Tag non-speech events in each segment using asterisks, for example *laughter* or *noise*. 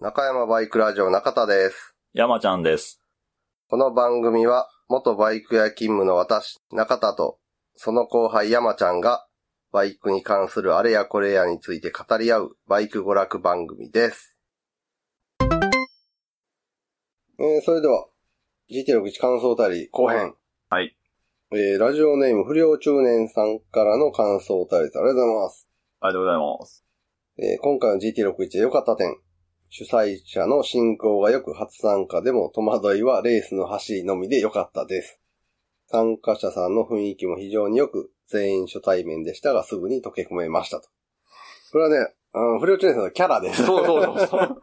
中山バイクラジオ中田です。山ちゃんです。この番組は、元バイク屋勤務の私、中田と、その後輩山ちゃんが、バイクに関するあれやこれやについて語り合う、バイク娯楽番組です。えー、それでは、GT61 感想たり後編。はい。えー、ラジオネーム不良中年さんからの感想たりです。ありがとうございます。ありがとうございます。えー今回の GT61 で良かった点。主催者の進行がよく初参加でも戸惑いはレースの走りのみで良かったです。参加者さんの雰囲気も非常によく、全員初対面でしたがすぐに溶け込めましたと。これはね、あの不良中年さんのキャラです。そうそう *laughs* そう。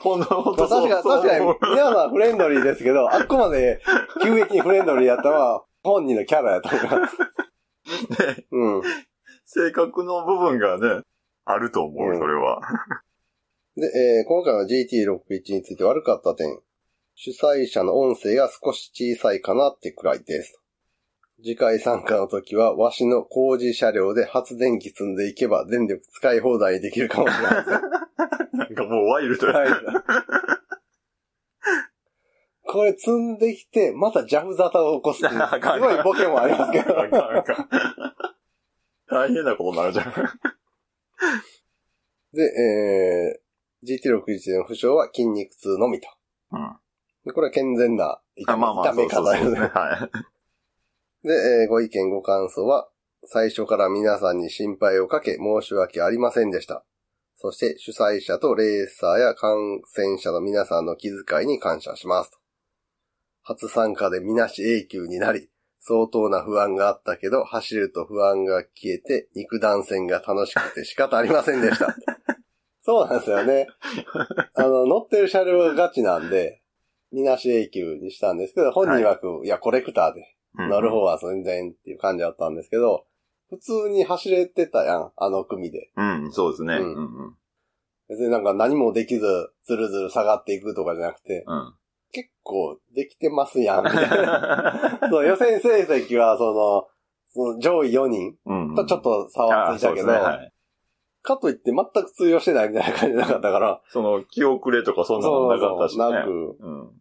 ほんと、ほんまとあ確か、確かに、皆さんフレンドリーですけど、あっこまで急激にフレンドリーやったのは、本人のキャラやと思います。 *laughs* ね、うん。性格の部分がね、あると思うんう、それは。 *laughs* で、えー今回の GT61 について悪かった点。主催者の音声が少し小さいかなってくらいです。次回参加の時は、わしの工事車両で発電機積んでいけば電力使い放題できるかもしれ *laughs* ない。なんかもうワイルド *laughs* や。はいこれ積んできて、またジャブ沙汰を起こすって *laughs* いう。すごいボケもありますけど。なんかなんか大変なことになるじゃん。で、えー、GT61 の負傷は筋肉痛のみと。うん。でこれは健全な痛 *laughs* あみまあまあ、痛そめうそう方でそうすねですね。。はい。で、えーご意見ご感想は、最初から皆さんに心配をかけ申し訳ありませんでした。そして主催者とレーサーや感染者の皆さんの気遣いに感謝します。初参加でみなし永久になり、相当な不安があったけど、走ると不安が消えて、肉弾戦が楽しくて仕方ありませんでした。そうなんですよね。あの、乗ってる車両がガチなんで、みなし永久にしたんですけど、本人曰く、いや、コレクターで、乗るど。方は全然っていう感じだったんですけど、普通に走れてたやん、あの組で。うん、そうですね。ううんん、うん、別になんか何もできず、ずるずる下がっていくとかじゃなくて、うん。結構できてますやん、みたい *laughs* な。そう、予選成績はその、その上位4人 *laughs* うんとちょっと差あはーついたそうけですど、ねはいかといって全く通用してないみたいな感じじゃなかったから、その、気遅れとかそんなのなかったしね。なく、うん。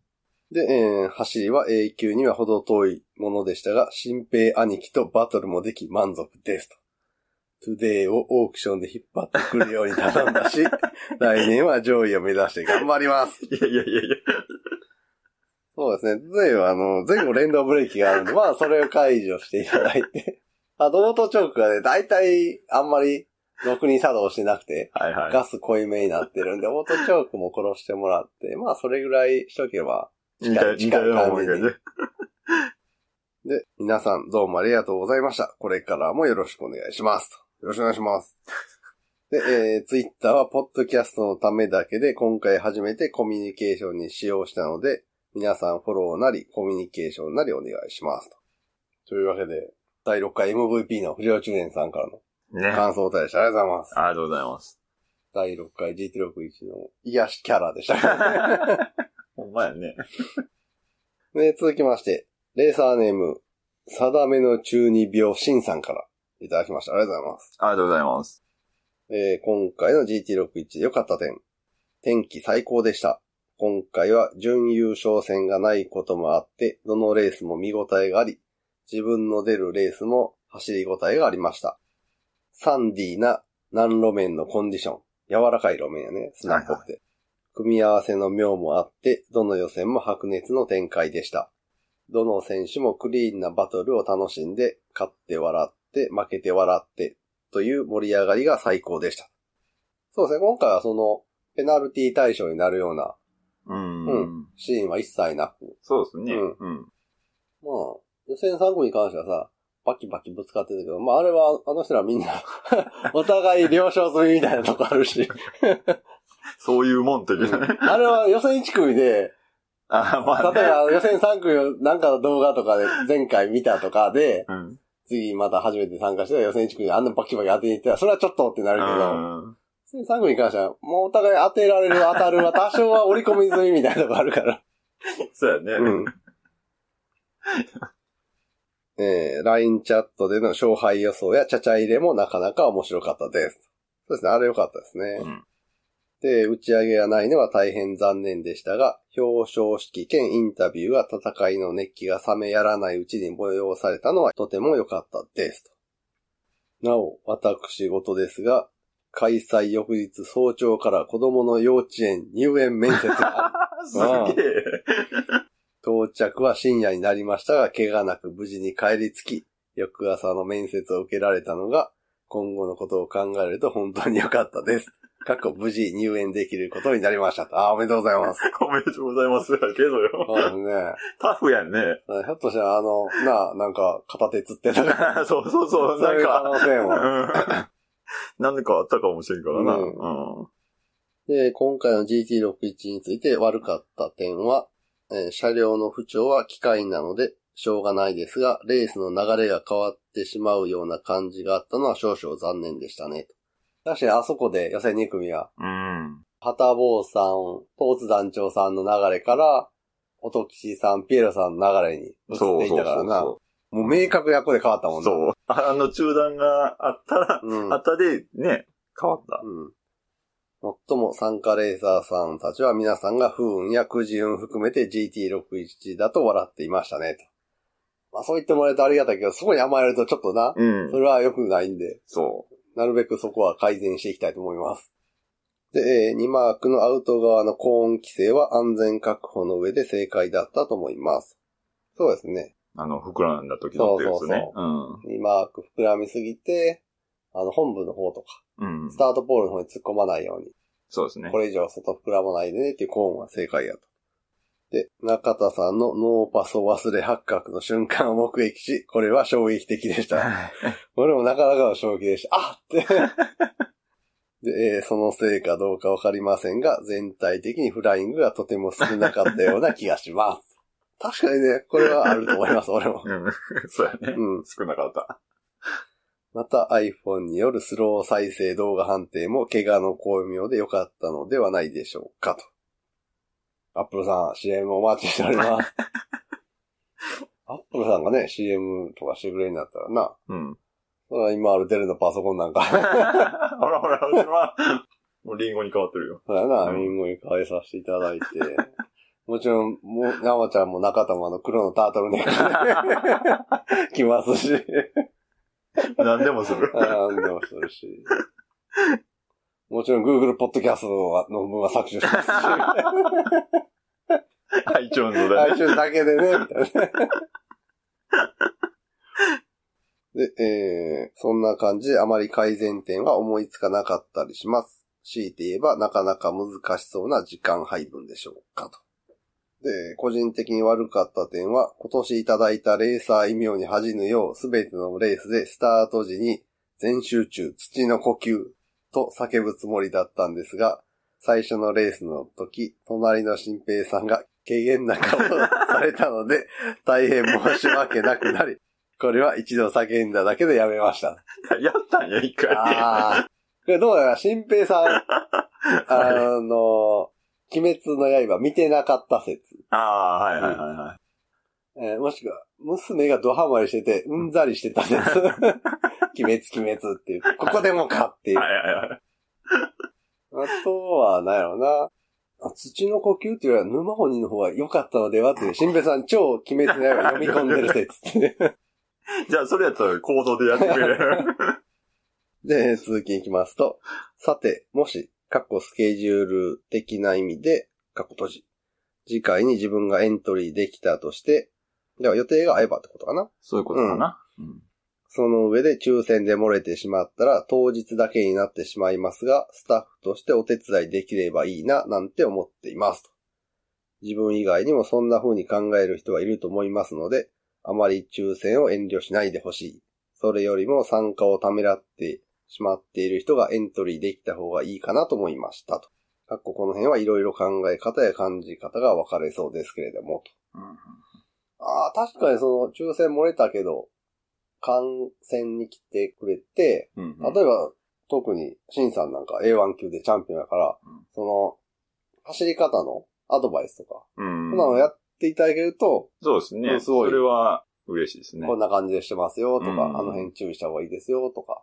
で、えー走りは永久には程遠いものでしたが、新兵兄貴とバトルもでき満足ですと。トゥデイをオークションで引っ張ってくるように頼んだ *laughs* し、来年は上位を目指して頑張ります。いやいやいやいや。そうですね。トゥデイはあの、前後連動ブレーキがあるんで、まあそれを解除していただいて。あ、ドロートチョークはね、大体あんまり6人作動してなくて、はいはい。ガス濃いめになってるんで、オートチョークも殺してもらって、まあそれぐらいしとけば、みたいみたいな思いがね。で、皆さんどうもありがとうございました。これからもよろしくお願いします。とよろしくお願いします。で、えー、ツイッターはポッドキャストのためだけで今回初めてコミュニケーションに使用したので、皆さんフォローなりコミュニケーションなりお願いします。というわけで、第6回 MVP の不良中年さんからのね。あ感想をお便りでしたありがとうございます。りがとうございます。 *laughs* 第6回 GT61 の癒しキャラで *laughs* した。ほんまやね。で、続きまして、レーサーネーム、定めの中二病シンさんからいただきました。ありがとうございます。ありがとうございます。えー今回の GT61 で良かった点。天気最高でした。今回は準優勝戦がないこともあって、どのレースも見応えがあり、自分の出るレースも走り応えがありました。サンディーな難路面のコンディション。柔らかい路面やね、砂っぽくて。組み合わせの妙もあって、どの予選も白熱の展開でした。どの選手もクリーンなバトルを楽しんで、勝って笑って、負けて笑って、という盛り上がりが最高でした。そうですね、今回はその、ペナルティ対象になるようなうん。うんシーンは一切なく、そうですね。うんうん。まあ、予選3組に関してはさ、バキバキぶつかってたけど、まああれは、あの人らみんな、 *laughs* お互い了承済みみたいなとこあるし、そういうもんってうね。んあれは予選1組で、あ、例まあえばね。予選3組をなんかの動画とかで前回見たとかで、うん。次また初めて参加して予選1組であんなバキバキ当てに行ってたら、それはちょっとってなるけど、うん予選3組に関しては、もうお互い当てられる当たるは多少は織り込み済みみたいなとこあるから。そう *laughs* やね。うん。えー、LINE チャットでの勝敗予想やちゃちゃ入れもなかなか面白かったです。そうですね、あれ良かったですね。うんで、打ち上げがないのは大変残念でしたが、表彰式兼インタビューが戦いの熱気が冷めやらないうちに催されたのはとても良かったです。なお、私事ですが、開催翌日早朝から子供の幼稚園入園面接がありすげえ。到着は深夜になりましたが、怪我なく無事に帰り着き、翌朝の面接を受けられたのが、今後のことを考えると本当に良かったです。 *laughs* 過去無事入園できることになりました。あーおめでとうございます。おめでとうございます。けどそうでよ。すね。タフやんね。 *laughs* ひょっとしたら、あの、なあ、なんか、片手つってたから。そうそうそそう。うないんう可か、能性も。うん。なんでかあったかもしれんからな。ううんん。で、今回の GT61 について悪かった点は、えー車両の不調は機械なので、しょうがないですが、レースの流れが変わってしまうような感じがあったのは少々残念でしたね。確かにあそこで予選2組は、うん。旗坊さん、トーツ団長さんの流れから、おときしさん、ピエロさんの流れに移っていったからな。そもう明確なこで変わったもんう。な。そう。あの中断があったら、うんあったで、ね、変わった。うん。もっとも参加レーサーさんたちは皆さんが不運やくじ運含めて GT61 だと笑っていましたね、と。まあそう言ってもらえるとありがたいけど、そこに甘えるとちょっとな、うんそ。れは良くないんで、そなるべくそこは改善していきたいと思います。で、え2マークのアウト側の高音規制は安全確保の上で正解だったと思います。そうですね。う。あの、膨らんだ時のってやつね。そううん。 2マーク膨らみすぎて、あの本部の方とか、うんス。タートポールの方に突っ込まないようにそうですねこ。れ以上外膨らまないでねっていうコーンは正解やと。で、中田さんのノーパスを忘れ発覚の瞬間を目撃し、これは衝撃的で *laughs* した。これもなかなかの衝撃でした。あって。で、えーそのせいかどうかわかりませんが、全体的にフライングがとても少なかったような気がします。確かにね、これはあると思います、俺も。 *laughs* うん。そうやね。うん。少なかった。また iPhone によるスロー再生動画判定も怪我の巧妙で良かったのではないでしょうかと。アップルさん、CM お待ちしており *laughs* ます。アップルさんがね、CM とかしてくれるんだったらな、 *laughs* うん。それは今あるデルのパソコンなんほ *laughs* か、らほら、ほら。もうリンゴに変わってるよ。そうやな、うんリンゴに変えさせていただいて、もちろん、もう、山ちゃんも中田もあの黒のタートルネッ *laughs* *laughs* ク着ますし、何でも *laughs* する。なんでもするし。もちろん Google ポッドキャストの分は削除しますし。 iTunes で。来週だけでね、みたいな。 *laughs* で、えー、そんな感じであまり改善点は思いつかなかったりします。強いて言えばなかなか難しそうな時間配分でしょうかと。で、個人的に悪かった点は、今年いただいたレーサー異名に恥じぬよう、すべてのレースでスタート時に、全集中、土の呼吸と叫ぶつもりだったんですが、最初のレースの時、隣の新平さんが軽減な顔をされたので、大変申し訳なくなり、これは一度叫んだだけでやめました。やったんや、一回。ああ。これどうやら新平さん、あの、鬼滅の刃見てなかった説。ああ、はいはいはいはい。えーもしくは、娘がドハマりしてて、うんざりしてた説。鬼滅鬼滅っていう。ここでもかっていう。はいはいはい。あとは、なんやろうな。あ土の呼吸っていうよりは、沼鬼の方が良かったのではっていう、新兵さん超鬼滅の刃読み込んでる説って。じゃあ、それやったら行動でやってくれ *laughs* る。 *laughs* で、続きいきますと、さて、もし、過去スケジュール的な意味で、過去閉じ。次回に自分がエントリーできたとして、では予定が合えばってことかなそういうことかな。うんその上で抽選で漏れてしまったら当日だけになってしまいますが、スタッフとしてお手伝いできればいいな、なんて思っていますと。自分以外にもそんな風に考える人はいると思いますので、あまり抽選を遠慮しないでほしい。それよりも参加をためらってしまっている人がエントリーできた方がいいかなと思いましたと。かっここの辺はいろいろ考え方や感じ方が分かれそうですけれどもと。うんああ、確かにその、抽選漏れたけど、観戦に来てくれて、うんうん。例えば、特に、シンさんなんか A1 級でチャンピオンやから、うんその、走り方のアドバイスとか、うんそんなのやっていただけると、そうですうね。んすごいそれは嬉しいですねこ。んな感じでしてますよとか、うんあの辺注意した方がいいですよとか、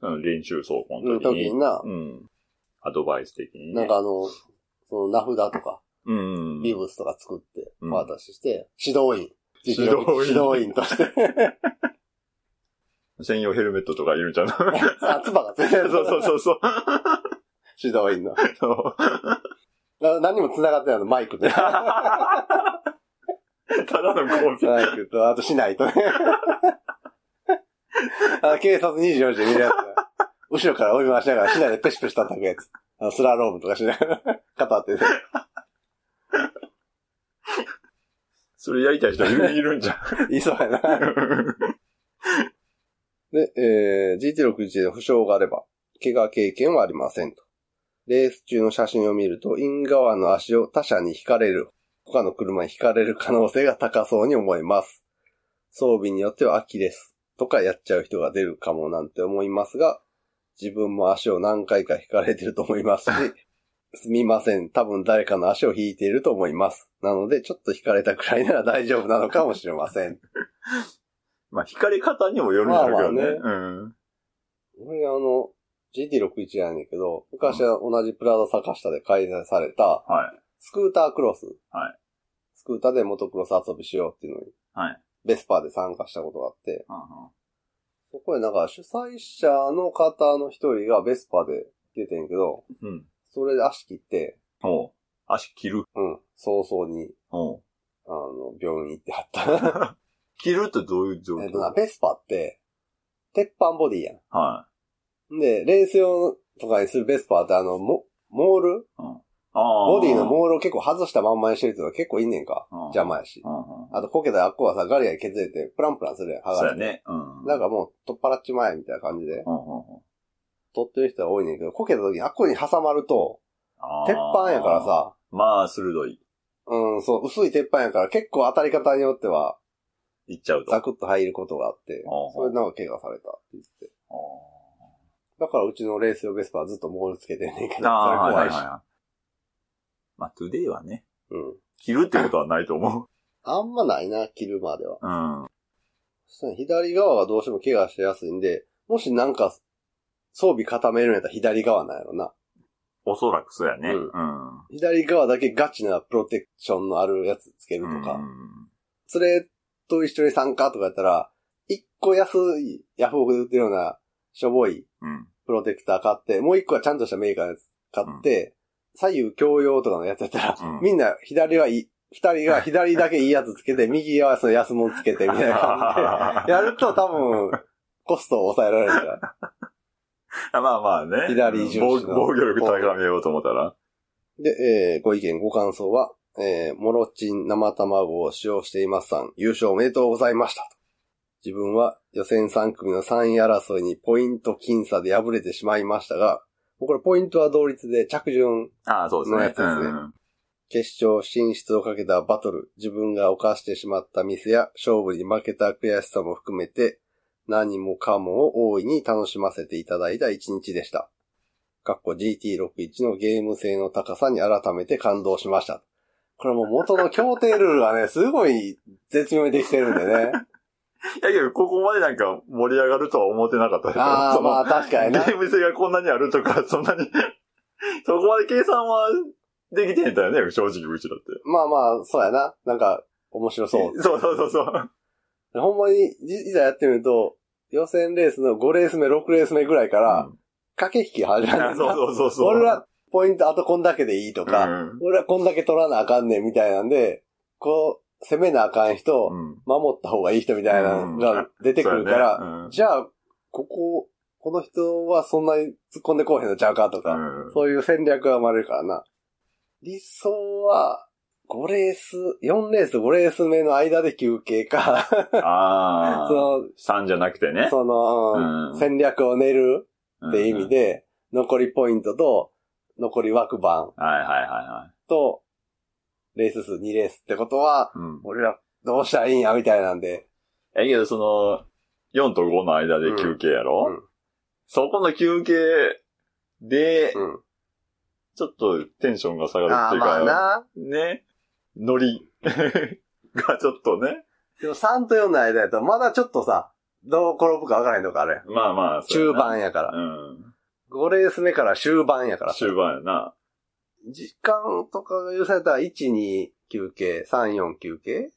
うん練習走行うんの時時にに。な、うん。アドバイス的に、ね。なんかあの、その名札とか、うんうん。ビブスとか作って、うんお渡しして、指導員。指導員指導員と *laughs* して、専用ヘルメットとかいるんじゃない *laughs* あ、つばがついてそうる。そうそうそう。指導員の。そうあ何も繋がってないの、マイクで。マただのコ *laughs* ンビ。イクと、あとしないとね。あの警察24時で見るやつが。後ろから追い回しながら、市内でペシペシ叩くやつ。あのスラロームとかしながら、肩当てて。それやりたい人いるいる *laughs* んじゃん。言いそうやな。で、えー、GT61 で負傷があれば、怪我経験はありませんと。レース中の写真を見ると、イン側の足を他車に引かれる、他の車に引かれる可能性が高そうに思います。装備によってはアキレスとかやっちゃう人が出るかもなんて思いますが、自分も足を何回か引かれてると思いますし、 *laughs* すみません。多分誰かの足を引いていると思います。なので、ちょっと引かれたくらいなら大丈夫なのかもしれません。まあ、光り方にもよるんだろうけどね。俺、あの、GT61 なんだけど、昔は同じプラザ坂下で開催された、うん。はい。スクータークロス。はいスクーターでモトクロス遊びしようっていうのに、はいベスパーで参加したことがあって、うんそこでなんか主催者の方の一人がベスパーで出てんけど、うん。うん。それで足切って、おう足切る。うん、早々に、おうあの、病院行っては *laughs* った。切るってどういう状況えっとな、ベスパーって、鉄板ボディやはい。ん。で、レース用とかにするベスパーってあの、モモールああ。ボディのモールを結構外したまんまにしてるっていうのは結構いんねんか。うん邪魔やし。うんうん。あと、こけたあっこはさ、ガリガリ削れて、プランプランするやん、剥そうがやれて。ね。うん。なんかもう、取っ払っちまえ、みたいな感じで、うんうんうん取ってる人が多いねんけど、こけた時にあっこに挟まると、あー鉄板やから。さ、まあ、鋭い。うん、そう、薄い鉄板やから、結構当たり方によっては、いっちゃうと。ザクッと入ることがあってあ、それでなんか怪我されたって言って。あーだから、うちのレース用ベスパーはずっとモールつけてんねんけど、それああ、怖いしは。はいまあ、トゥデイはね、うん。着るってことはないと思う。 *laughs* あんまないな、切るまでは。うん。そうね左側がどうしても怪我しやすいんで、もしなんか、装備固めるんやったら左側なんやろな。おそらくそうやね。ううんん。左側だけガチなプロテクションのあるやつつけるとか、連れと一緒に参加とかやったら、一個安いヤフオクで売ってるようなしょぼいうん。プロテクター買って、もう一個はちゃんとしたメーカーのやつ買って、左右共用とかのやつやったら、うんみんな左はいい、二人が左だけいいやつつけ *laughs* て、右はその安物つけてみたいな感じで、やると多分、コストを抑えられるから。あまあまあね。左重視の防防御力高めようと思ったら。で、えーご意見、ご感想は、えー、モロチン生卵を使用していますさん、優勝おめでとうございましたと。自分は予選3組の3位争いにポイント僅差で敗れてしまいましたが、もうこれポイントは同率で着順、ああ、そうですのね。やつですねうん決勝進出をかけたバトル、自分が犯してしまったミスや勝負に負けた悔しさも含めて、何もかもを大いに楽しませていただいた一日でした。かっこ GT61 のゲーム性の高さに改めて感動しました。これもう元の協定ルールがね、 *laughs* すごい絶妙にできてるんでね。いやけど、ここまでなんか盛り上がるとは思ってなかったですああ、 *laughs* そのまあ確かにな。ゲーム性がこんなにあるとか、 *laughs* そんなに、そこまで計算はできてへんだよね、正直うちだって。まあまあ、そうやな。なんか、面白そう。そうそうそうそう。ほんまに、いいざやってみると、予選レースの5レース目、6レース目ぐらいから、うん駆け引き始まるあ。そうそうそうそう。俺はポイントあとこんだけでいいとうか、ん、俺はこんだけ取らなあかんねんみたいなんで、こう、攻めなあかん人、うん。守った方がいい人みたいなのが出てくるから、そうやねうんじゃあ、ここ、この人はそんなに突っ込んでこうへんのちゃうかとか、うんそういう戦略が生まれるからな。理想は、5レース、4レース、5レース目の間で休憩か、あ *laughs* あ。そ3じゃなくてねの、。その、うんうん戦略を練るっって意味。で、残りポイントと、残り枠番、はいはいはいはい。と、レース数2レースってことは、うん。俺らどうしたらいいんや、みたいなんで。え、けどその、4と5の間で休憩やろ、うんうんそこの休憩で、うん。ちょっとテンションが下がるっああ、ていうか、まあな。ね、ノリ *laughs* がちょっとね、でも3と4の間やと、まだちょっとさ、どう転ぶか分からへんのか、あれ。まあまあ、そ中うやな。盤やから。うん。 5レース目から終盤やからさ終盤やな。時間とかが許されたら、1、2休憩、3、4休憩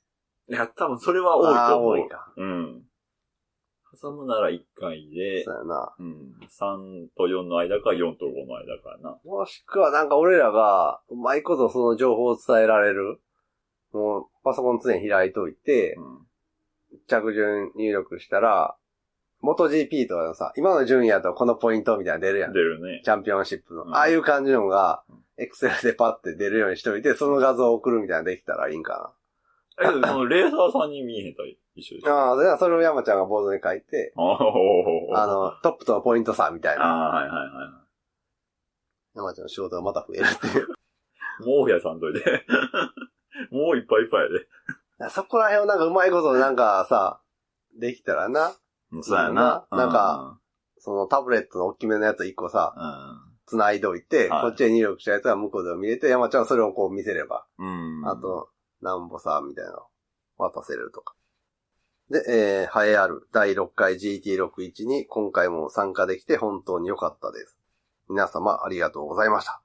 いや、多分それは多いと思う。あー多いか。うん。挟むなら1回でそ、うやな。うん、3と4の間か4と5の間かな。もしくはなんか俺らが、うまいことその情報を伝えられる。もう、パソコン常に開いといて、着順入力したら、元 GP とかのさ、今の順位やとこのポイントみたいなの出るうやん。ん出。るね。チャンピオンシップの。うんああいう感じのがうん、エクセルでパッて出るようにしといて、その画像を送るみたいなのできたらいいんかえ、そのレーサーさんに見えへんと一緒でしな。ょ。ああ、それはそれを山ちゃんがボードに書いて、あーあの、トップとのポイント差みたいな。あー、はいはいはい。山ちゃんの仕事がまた増える *laughs* っていう。もう増やさんといて。 *laughs* もういっぱいいっぱいやで。そこら辺をなんかうまいことなんかさ、できたらな、そうやななんか、そのタブレットの大きめのやつ一個さ、繋いどいて、はこいっちへ入力したやつが向こうでも見れて、山ちゃんはそれをこう見せれば、うん。うん。あ、と、なんぼさ、みたいなの渡せるとか。で、えー、栄えある第6回 GT61 に今回も参加できて本当に良かったです。皆様ありがとうございました。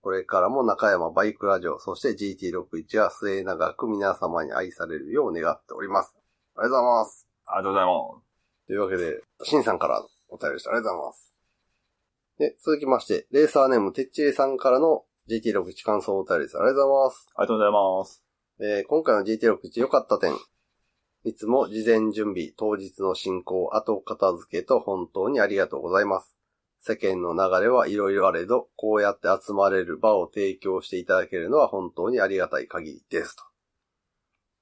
これからも中山バイクラジオ、そして GT61 は末永く皆様に愛されるよう願っております。ありがとうございます。ありがとうございます。というわけで、シンさんからお便りでした。ありがとうございます。で、続きまして、レーサーネームてっちりさんからの GT61 感想お便りです。ありがとうございます。ありがとうございます。えー今回の GT61 良かった点。いつも事前準備、当日の進行、後片付けと本当にありがとうございます。世間の流れはいろいろあれど、こうやって集まれる場を提供していただけるのは本当にありがたい限りですと。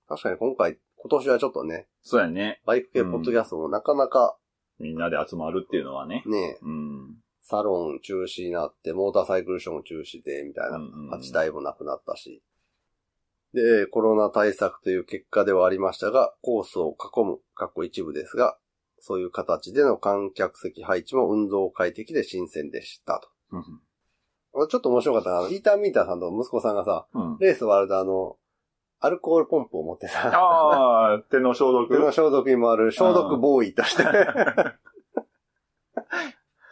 確かに今回、今年はちょっとね、そうやね。バイク系ポッドキャストもなかなかみんなで集まるっていうのはね。ね、うん。サロン中止になって、モーターサイクルショーも中止で、みたいなうんうんうん、 8台もなくなったし。で、コロナ対策という結果ではありましたが、コースを囲む、過去一部ですが、そういう形での観客席配置も運動快適で新鮮でしたと。ちょっと面白かったな。あのイーターミーターさんと息子さんがさ、うん。レース終わるとあの、アルコールポンプを持って *laughs* さ、ああ、手の消毒手の消毒にもある消毒ボーイとして、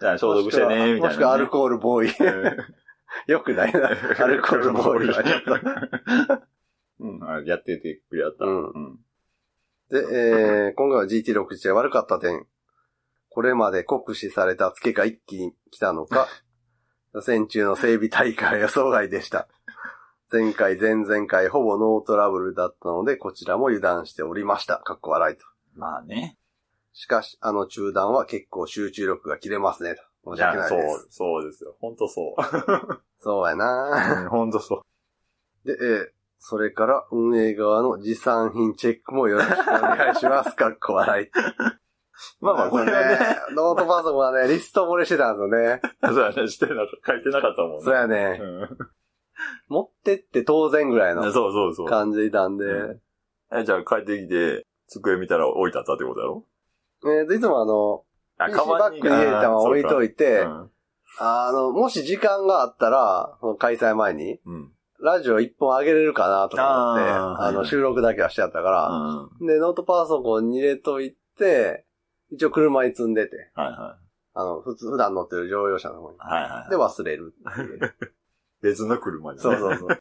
じゃあ消毒してね、みたいなね。もしくはアルコールボーイ。よくない *laughs* な。アルコールボーイはちょっと。うん、あやっててくれやった。うんん。で、えー、今回は GT61 で悪かった点。これまで酷使された付けが一気に来たのか、 *laughs* 予選中の整備大会は予想外でした。前回、前々回、ほぼノートラブルだったので、こちらも油断しておりました。かっこ笑いと。まあね。しかし、あの中断は結構集中力が切れますね。と申しじゃ訳なあ、いそです。う、そうですよ。ほんとそう。そうやなうんほんとそう。で、えーそれから運営側の持参品チェックもよろしくお願いし *laughs* ます。かっこ笑い。 *laughs* まあまあ、これはね。。ノートパソコンはね、リスト漏れしてたんですよね。そうやね、してなかった、書いてなかったもんね。そうやね。持ってって当然ぐらいうん。のそうそうそう。感じでいたんで。うんえ、じゃあ帰ってきて、机見たら置いてあったってことやろえーといつもあの、あ PC バッグに入れたまま置いといいて、うんあの、もし時間があったら、その開催前に、うん。ラジオ一本あげれるかなとか思って、ああーはいの、はい収録だけはしてあったかはら、で、ノートパソコンに入れといて、一応車に積んでて、いはあの、普通、普段乗ってる乗用車の方にい。。はいはい。で、、忘れるっていう。別の車にね。そうそうそう。 *laughs*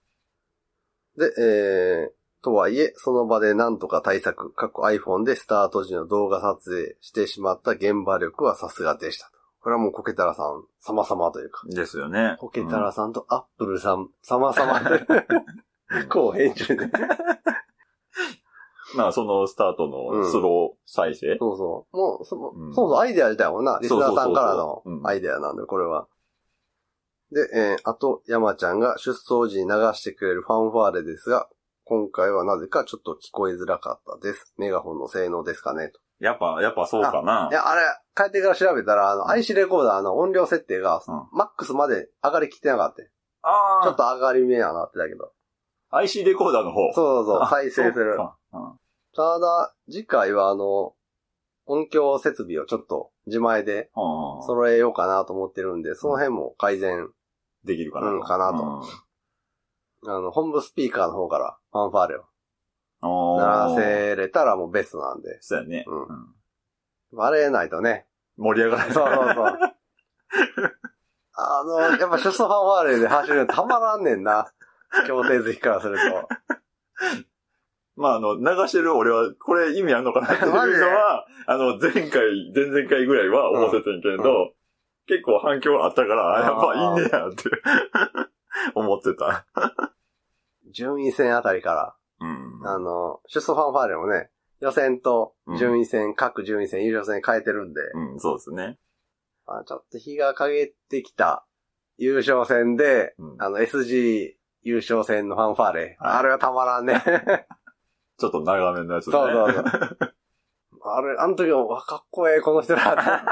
で、えー、とはいえ、その場でなんとか対策、過去 iPhone でスタート時の動画撮影してしまった現場力はさすがでしたと。これはもうコケタラさん様々というか、ですよね。コケタラさんとアップルさん様々という *laughs* うんこう編集で。まあ、そのスタートのスロー再生。 *laughs* そうそう。もう、そもうんそもそもアイデア自体もな、リスナーさんからのそうそうそうそううんアイデアなんで、これは。で、えーあと、山ちゃんが出走時に流してくれるファンファーレですが、今回はなぜかちょっと聞こえづらかったです。メガホンの性能ですかね、と。。やっぱ、やっぱそうかないや、あれ、帰ってから調べたら、あの、IC レコーダーの音量設定が、うんマックスまで上がりきってなかった。ちあょっと上がり目やなってたけど。 IC レコーダーの方。そうそうそう、あ再生するそ。っかただ、次回はあの、音響設備をちょっと自前でうん。うん揃えようかなと思ってるんで、その辺も改善。できるかなうんかなとあの、本部スピーカーの方からファンファーレをうん。鳴らあーせれたらもうベストなんで。そうやね。うんうんあれないとね。 *laughs* 盛り上がらない。そうそうそう。あの、やっぱシュスファンワーレで走るのたまらんねんな。協定好きからすると。 *laughs* まあ、あの、流してる俺は、これ意味あんのかなっ *laughs* ていうのマジでは、あの、前回、前々回ぐらいは思っててんけれど、う結構反響あったから、あやあーっぱいいねやって *laughs* 思ってた。順位戦あたりから。うんあの、出走ファンファーレもね、予選と順位戦、各順位戦、優勝戦変えてるんで、うん、そうですね。まあ、ちょっと日が陰ってきた優勝戦で、うんあの、SG 優勝戦のファンファーレ。はいあれはたまらん *laughs* ね。ちょっと長めのやつそね。うそうそう。あれ、あの時も、わ、かっこええ、この人ら。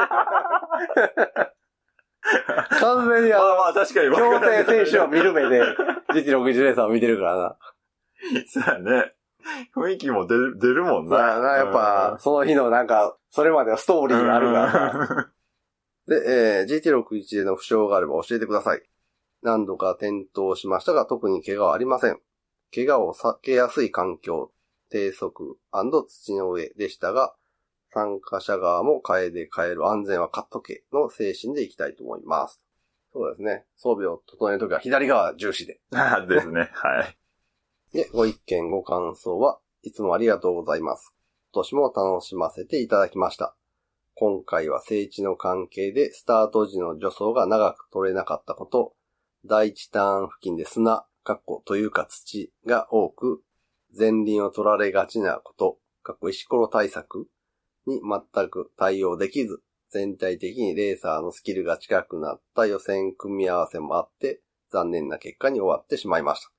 完全にあまあの、まあ、確かに分競か艇らん選手を見る目で、GT60 レーサーを見てるからな。 *laughs* そうやね。雰囲気も出る、出るもんな。まあな、やっぱ、その日のなんか、それまでのストーうん、リーがあるからな。ら。で、えー GT61 での負傷があれば教えてください。何度か転倒しましたが、特に怪我はありません。怪我を避けやすい環境、低速土の上でしたが、参加者側も変えで変える安全は買っとけの精神でいきたいと思います。そうですね。装備を整えるときは左側重視で。 *laughs* ですね。はい。で、ご意見、ご感想はいつもありがとうございます。今年も楽しませていただきました。今回は聖地の関係でスタート時の助走が長く取れなかったこと、第一ターン付近で砂、かっこというか土が多く、前輪を取られがちなこと、かっこ石ころ対策に全く対応できず、全体的にレーサーのスキルが近くなった予選組み合わせもあって、残念な結果に終わってしまいました。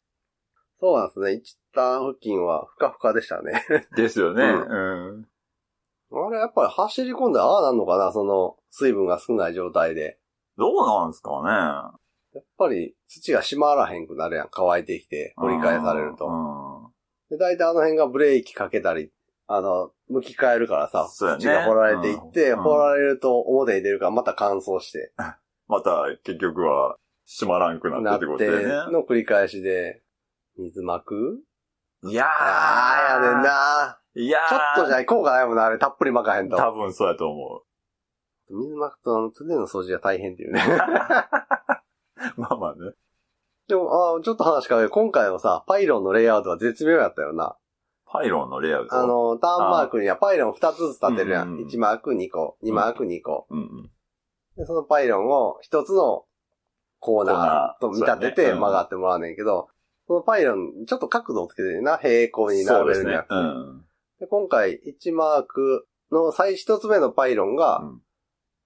そうなんですね。一旦付近はふかふかでしたね。 *laughs* ですよね。ううん。あれ、やっぱり走り込んでああなんのかなその、水分が少ない状態で。どうなんですかね。やっぱり土が締まらへんくなるやん。乾いてきて、掘り返されると。と。で、大体あの辺がブレーキかけたり、あの、向き変えるからさ、そうやね土が掘られていって、うん掘られると表に出るからまた乾燥して、また、結局は、閉まらんくななっっててってことだよね。の繰り返しで、水膜いやー。ああ、やねん。な。いやちょっとじゃ効果ないもんな、あれ。たっぷり巻かへんと。多分そうやと思水膜とあの、常の掃除が大変っていうね。う。まあまあね。でも、あーちょっと話変わるけど今回のさ、パイロンのレイアウトは絶妙やったよな。パイロンのレイアウト。あ、の、ターンマークにはパイロン2つずつ立てるやうんん。うんうん1マーク2個、2マーク2個。うんうん。で、そのパイロンを1つのコーナーと見立てコーナーそうやてねうん曲がってもらうねんけど、そのパイロン、ちょっと角度をつけてるな、平行にそ並うべでするにねは。。うん。で今回、1マークの最1つ目のパイロンがうん、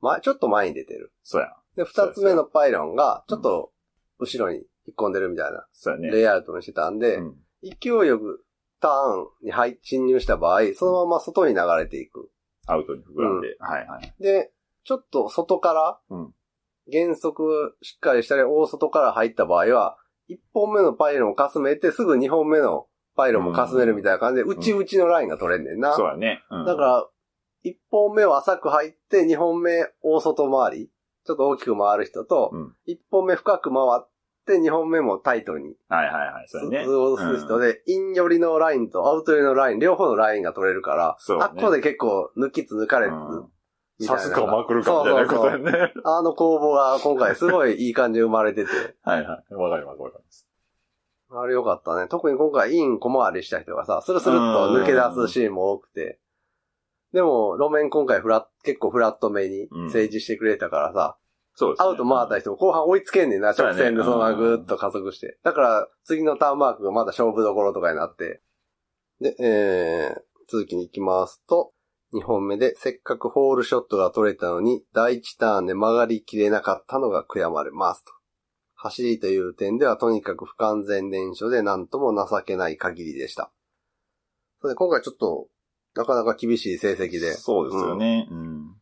ま、ちょっと前に出てる。そうや。で、そう2やつ目のパイロンが、ちょっと後ろに引っ込んでるみたいな、そうやね。レイアウトにしてたんで、うん勢いよくターンに入侵入した場合、そのまま外に流れていく。アウトに膨らんで。はいはい。で、ちょっと外からうん、減速しっかりしたり、大外から入った場合は、1本目のパイロンをかすめて、すぐ2本目のパイロンもかすめるみたいな感じで、ん内々のラインが取れんねんな。そうやね。うんだから、1本目は浅く入って、2本目大外回り、ちょっと大きく回る人と、うん1本目深く回って、2本目もタイトにはいはいはい。そうやね。通をする人うんで、イン寄りのラインとアウト寄りのライン、両方のラインが取れるから、そうねあっこで結構抜きつ抜かれつ、うんみたい刺なすかまくるかみたいなことやね。あの攻防が今回すごいいい感じで生まれて *laughs* て、 *laughs* はいはい。わかりますわかります。あれよかったね。特に今回イン小回りした人がさ、スルスルっと抜け出すシーンも多くて、でも路面今回フラッ、結構フラットめにうん政治してくれたからさ、そうですね。アウト回った人も後半追いつけんねんな、そうや直ね線でそのままぐーっと加速して。だから、次のターンマークがまだ勝負どころとかになって。で、えー、続きに行きますと、2本目でせっかくホールショットが取れたのに、第1ターンで曲がりきれなかったのが悔やまれますと。走りという点ではとにかく不完全燃焼で何とも情けない限りでした。それで今回ちょっと、なかなか厳しい成績で、ちょっそうですよね。うん。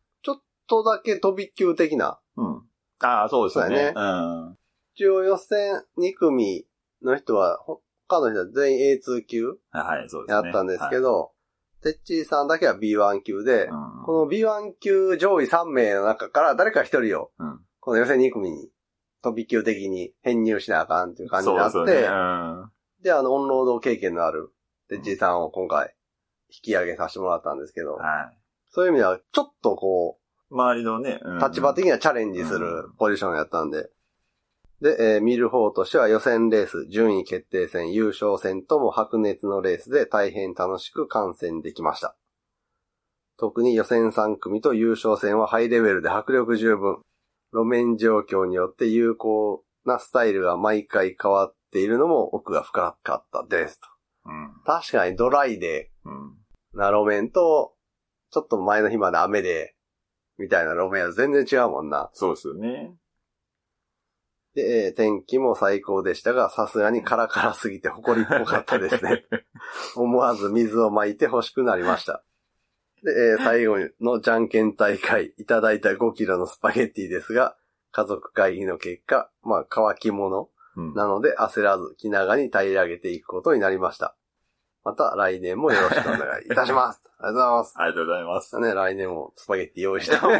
とだけ飛び級的なうん。ああ、そうですよそうやねね。うん。一応予選2組の人は、他の人は全員 A2 級はい、そうですやね。ったんですけはい、ど、てっちーさんだけは B1 級で、うんこの B1 級上位3名の中から誰か1人を、うんこの予選2組に飛び級的に編入しなあかんっていう感じになって、そうですよね。うんで、あの、オンロード経験のあるてっちーさんを今回引き上げさせてもらったんですけど、はそういう意味ではちょっとこう、周りのね、うん立場的にはチャレンジするポジションやったんで。で、えー見る方としては予選レース、順位決定戦、優勝戦とも白熱のレースで大変楽しく観戦できました。特に予選3組と優勝戦はハイレベルで迫力十分。路面状況によって有効なスタイルが毎回変わっているのも奥が深かったですと。うん。確かにドライでうん。な路面と、ちょっと前の日まで雨で、みたいな路面は全然違うもんな。そうですよね。で、えー天気も最高でしたが、さすがにカラカラすぎて埃っぽかったです *laughs* ね。思わず水をまいて欲しくなりました。で、えー最後のじゃんけん大会、いただいた5キロのスパゲッティですが、家族会議の結果、まあ乾き物うん。なので焦らず気長に平らげていくことになりました。また来年もよろしくお願いいたし *laughs* ます。ありがとうございます。ありがとうございま *laughs* す。ね、来年もスパゲッティ用意して。 *laughs* お前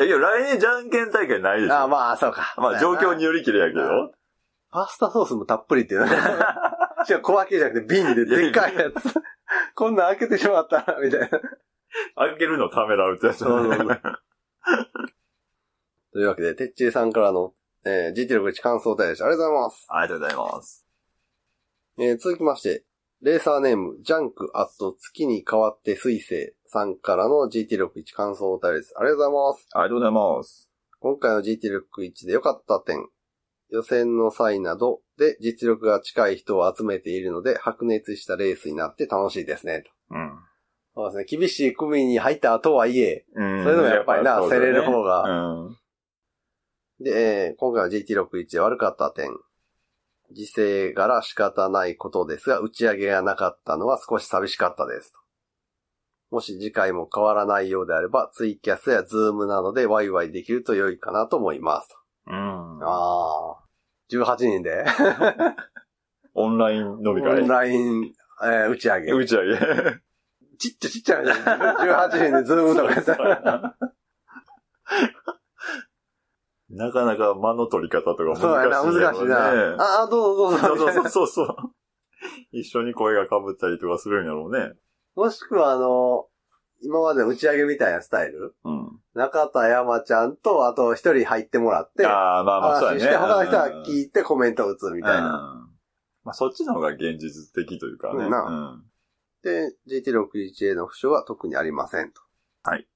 え、いや、来年じゃんけん大会ないでしょ。ああ、まあ、そうか。まあ、状況に。よりきりやけうんど。パスタソースもたっぷり *laughs* っていうのが。しかも小分けじゃなくて瓶ででっかいやつ。こんなん開けてしまったな、みた *laughs* いな。開けるのためらうってやつ。そうそうそ *laughs* というわけで、てっちーさんからの、えー、GT61 感想対でした。ありがとうございます。ありがとうございます。えー続きまして、レーサーネーム、ジャンクアット月に変わって水星さんからの GT61 感想対です。ありがとうございます。ありがとうございます。今回の GT61 で良かった点。予選の際などで実力が近い人を集めているので白熱したレースになって楽しいですね。とうん。そうですね。厳しい組に入った後はいえ、うんそれでもやっぱりなそうだよね競れる方がうん。で、えー今回の GT61 で悪かった点。時勢柄仕方ないことですが、打ち上げがなかったのは少し寂しかったですと。もし次回も変わらないようであれば、ツイキャスやズームなどでワイワイできると良いかなと思いますと。うん。ああ。18人でオンライン飲みオ会ン。ライン、えー打ち上げ。打ち上げ。ちっちゃちっちゃいじゃん。18人でズームとかやった *laughs* ら。なかなか間の取り方とか難しいそうやな、難しいな。な。ああ、どうぞどうぞ。そうそうそうそう。一緒に声が被ったりとかするんやろうね。もしくは、あの、今までの打ち上げみたいなスタイルうん。中田山ちゃんと、あと一人入ってもらって、ああ、まあまあ、そう話やして、ね。他の人はうん聞いてコメントを打つみたいな。うんまあ、そっちの方が現実的というかね。うんなで、GT61A の負傷は特にありませんと。はい。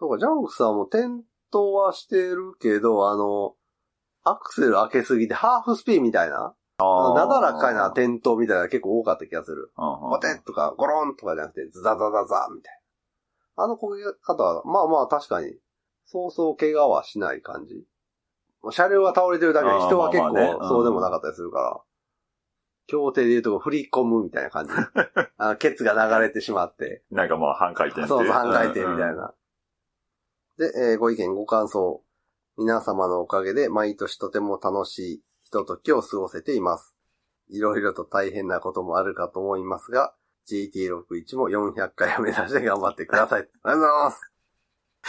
そうか、ジャンクさんも転倒はしてるけど、あの、アクセル開けすぎてハーフスピーみたいな、あーなだらかな転倒みたいなのが結構多かった気がする。うんうんボテンとかゴロンとかじゃなくて、ズザザザザみたいな。あのこげ方は、まあまあ確かに、そうそう怪我はしない感じ。車両が倒れてるだけであー人は結まあまあね構うんそうでもなかったりするから。協定で言うとこ振り込むみたいな *laughs* 感じ。あの、ケツが流れてしまって。なんかまあ、半回転そうっていそう、半回転みたういんうんな。で、えーご意見、ご感想。皆様のおかげで毎年とても楽しいひとときを過ごせています。いろいろと大変なこともあるかと思いますが、GT61 も400回を目指して頑張ってください。ありがとうございます。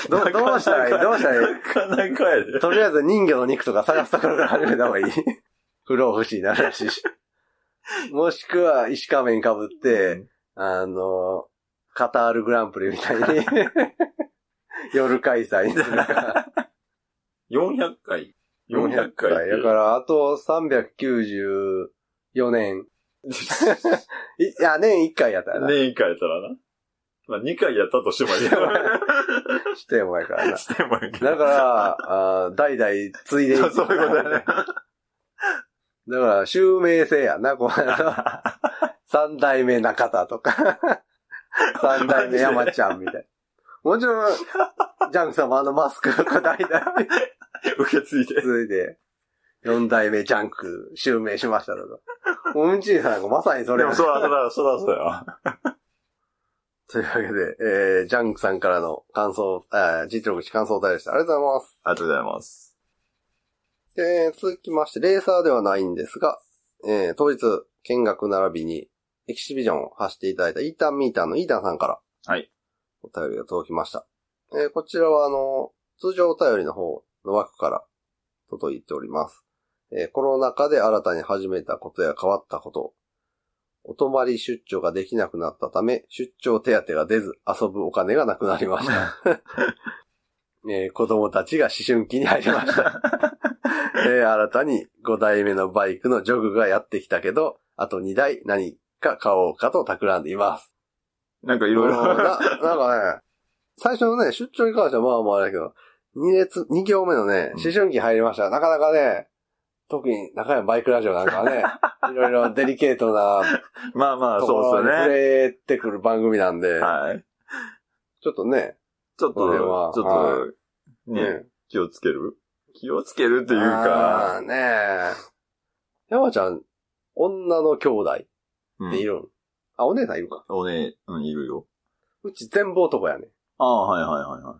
どう、どうしたらいいどうしたらいいなかなかやで。とりあえず人魚の肉とか探すところから始めた方 *laughs* がいい。不老不死になるらしいし。もしくは、石仮面被って、あの、カタールグランプリみたい *laughs* に、夜開催にする *laughs* か。 400回。400 400回って。回。だから、あと394年。 *laughs* いいや、年1回やったらな。年1回やったらな。まあ、2回やったとして *laughs* もいい。してもやからな。してもいいけどだから、あー代々継いでい *laughs* そうそういうことだね。 *laughs* だから、襲名制やな、この、三代目中田とか、三代目山ちゃんみたいな。もちろん、ジャンクさんもあのマスクが代々受け継いで。続いて、四代目ジャンク襲名しましたとか。おうんちいさんがまさにそでれをも、そらそら、そらそうや。というわけで、えー、ジャンクさんからの感想、あー、実力値感想をお便りでした。ありがとうございます。ありがとうございます。で、続きまして、レーサーではないんですが、えー当日、見学並びに、エキシビジョンを走っていただいたイータンミーターのイータンさんから、はい。お便りが届きました。えーこちらは、あの、通常お便りの方の枠から届いております。えーコロナ禍で新たに始めたことや変わったこと、お泊まり出張ができなくなったため、出張手当が出ず、遊ぶお金がなくなりました。えー子供たちが思春期に入りま *laughs* した。えー新たに5台目のバイクのジョグがやってきたけど、あと2台何か買おうかと企んでいます。なんかいいろいなろ。なんかね、最初のね、出張に関してはまあまあだけど、2列、二行目のね、うん思春期入りました。なかなかね、特に中山バイクラジオなんかは *laughs* ね、いろいろデリケートな *laughs* まあまあ、とそこうろにです触よね。れてくる番組なんで、はい。ちょっとね、ちょっこれはと、ちょっはと、ね、気をつける気をつけるっていうあーか、ねえ。山ちゃん、女の兄弟うっていんるん、あ、お姉さんいるか。おね、うん、いるよ。うち全部男やねああ、はいはいはいは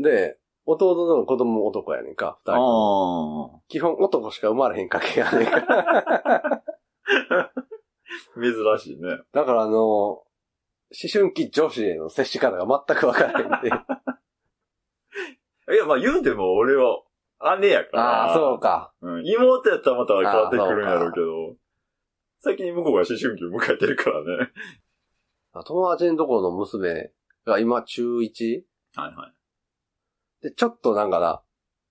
い。ん。で、弟の子供も男やねんか、二ああ人。基本男しか生まれへん家系やねん *laughs* か。ー。珍しいね。だからあの、思春期女子への接し方が全くわからへん *laughs* で。いや、まあ言うても俺は姉やから。ああ、そうか。うん。妹やったらまた変わってくるんやろうけど、先に向こうが思春期を迎えてるからね。友達のところの娘が今中 1? はいはで、ちょっとなんかな、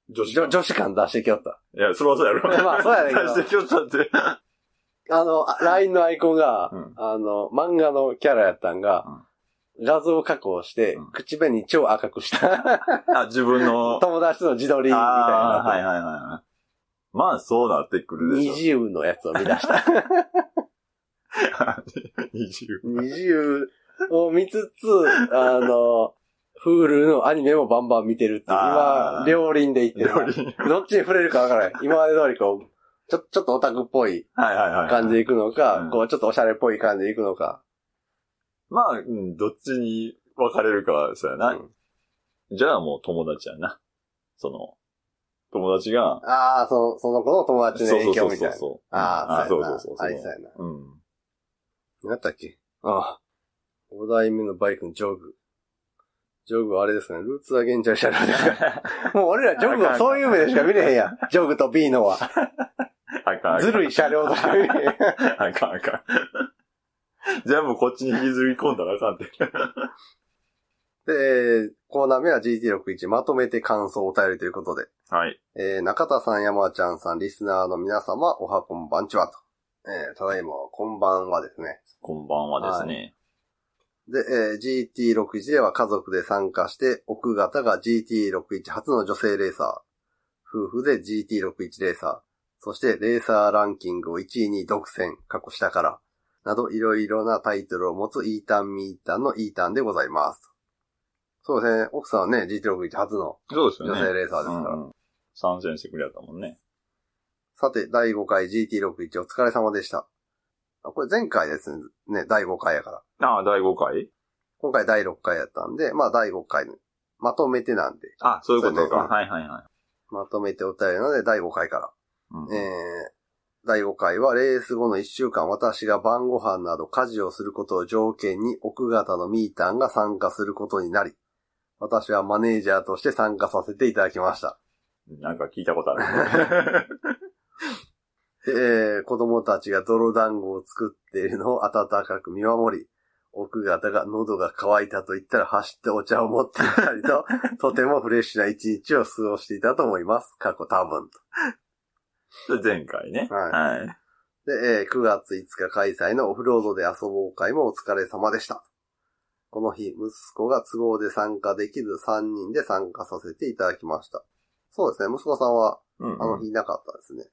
い。女子女女子感出してきよった。いや、それはそうやろ。まあそうやねんけど出してきよったって。あの、あ LINE のアイコンが、うんあの、漫画のキャラやったんが、画像加工して、うん口紅超赤くした。 *laughs* あ、自分の。友達との自撮りみたいあーはいな。はいはいはい。まあそうなってくるでし二ょ。重のやつを見出した。二十。 *laughs* 二重を見つつ、あの、フールのアニメもバンバン見てるっていう。あー今、両輪で行って料る。理。どっちに触れるかわからない。今まで通りこう、ちょ、ちょっとオタクっぽいはいはいはい。感じで行くのか、うんこう、ちょっとオシャレっぽい感じで行くのか。まあ、うん、どっちに分かれるかは、そうやな。うんじゃあもう友達やな。その、友達が、ああ、その、その子の友達のそうそ影うそ響うみたそいうな。そう。ああ、そそううそやうなそう。ありそうやな。うん。 *laughs* 何だったっけああ。5代目のバイクのジョグ。ジョグはあれですかね。ルーツは現在シャルです *laughs* かもう俺らジョグはそういう目でしか見れへんやん。ジョグと B のは。あかんあかん。ずるい車両としか見れへん。あかんあかん。じゃあもうこっちに引きずり込んだらあかんって。で、コーナー目は GT61 まとめて感想をお便りということで。はい。えー中田さん、山ちゃんさん、リスナーの皆様、おはこんばんちはと。えーただいま、こんばんはですね。こんばんはですね。で、えー GT61 では家族で参加して、奥方が GT61 初の女性レーサー、夫婦で GT61 レーサー、そしてレーサーランキングを1位に独占、過去したから、などいろいろなタイトルを持つイータンミータンのイータンでございます。そうですね、奥さんはね、GT61 初のそうですよ女ね。性レーサーですから。うんうん参戦してくれやったもんね。さて、第5回 GT61 お疲れ様でした。あこれ前回ですね、第5回やから。ああ、第5回今回第6回やったんで、まあ第5回のまとめてなんで、あ、そういうことか。そうねはいはいはい。まとめてお便りなので第5回から。うんえー、第5回はレース後の1週間私が晩ご飯など家事をすることを条件に奥方のミータンが参加することになり、私はマネージャーとして参加させていただきました。なんか聞いたことあ *laughs* る。でえー子供たちが泥団子を作っているのを温かく見守り、奥方が喉が渇いたと言ったら走ってお茶を持って行ったり *laughs* と、とてもフレッシュな一日を過ごしていたと思います。過去多分と。前回ね。ははい。で、えー9月5日開催のオフロードで遊ぼう会もお疲れ様でした。この日、息子が都合で参加できず3人で参加させていただきました。そうですね、息子さんはうんうんあの日いなかったですね。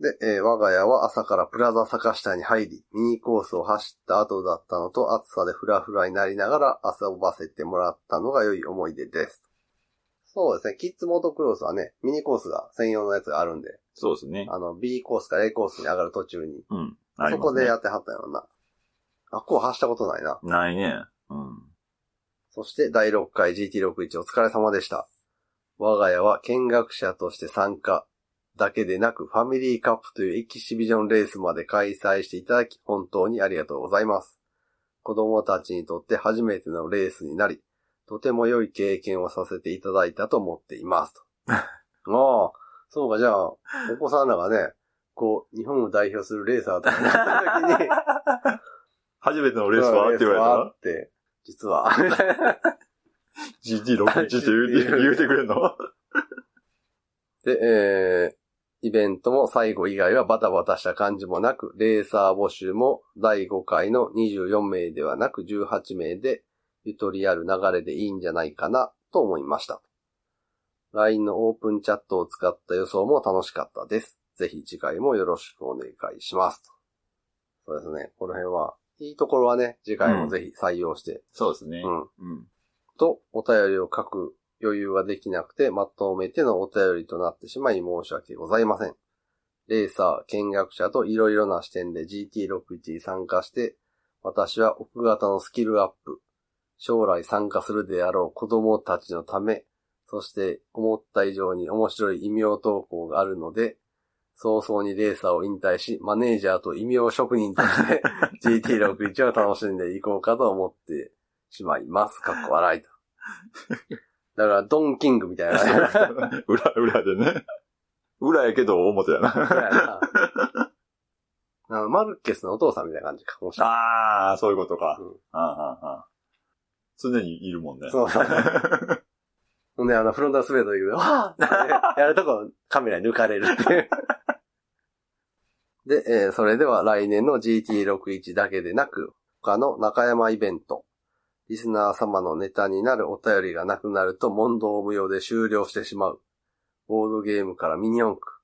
で、えー我が家は朝からプラザ坂下に入り、ミニコースを走った後だったのと、暑さでフラフラになりながら遊ばせてもらったのが良い思い出です。そうですね、キッズモトクロスはね、ミニコースが専用のやつがあるんで、そうですね。あの、B コースから A コースに上がる途中に、うん。ありそまこすでねやってはったような。あっこは走ったことないな。ないね。うん。そして第6回 GT61 お疲れ様でした。我が家は見学者として参加だけでなくファミリーカップというエキシビジョンレースまで開催していただき本当にありがとうございます。子供たちにとって初めてのレースになり、とても良い経験をさせていただいたと思ってい *laughs* ますと。ああ、そうか、じゃあ、お子さんらがね、こう、日本を代表するレーサーとかになった時に、初めてのレースはって言われたらって、実は。 *laughs* ?GT61 って言うて言うてくれんので、えー、イベントも最後以外はバタバタした感じもなく、レーサー募集も第5回の24名ではなく18名で、ゆとりある流れでいいんじゃないかなと思いました。LINE のオープンチャットを使った予想も楽しかったです。ぜひ次回もよろしくお願いします。そうですね。この辺は、いいところはね、次回もぜひ採用して、そうですねうんうん。とお便りを書く余裕ができなくてまとめてのお便りとなってしまい申し訳ございません。レーサー、見学者といろいろな視点で GT61 に参加して、私は奥方のスキルアップ、将来参加するであろう子供たちのため、そして思った以上に面白い異名投稿があるので、早々にレーサーを引退し、マネージャーと異名職人として GT61 を楽しんでいこうかと思ってしまいます。かっこ笑いと。だから、ドンキングみたいな。 *laughs* 裏、裏でね。裏やけど表やそう *laughs* な。やな。あのマルケスのお父さんみたいな感じか。もしれないああ、そういうことか。うんああああ常にいるもんね。そうそうほんで、あの、フロントスベード行くと、わーって *laughs* やるとこカメラに抜かれるっていう。で、えーそれでは来年の GT61 だけでなく、他の中山イベント、リスナー様のネタになるお便りがなくなると問答無用で終了してしまう。ボードゲームからミニ四駆、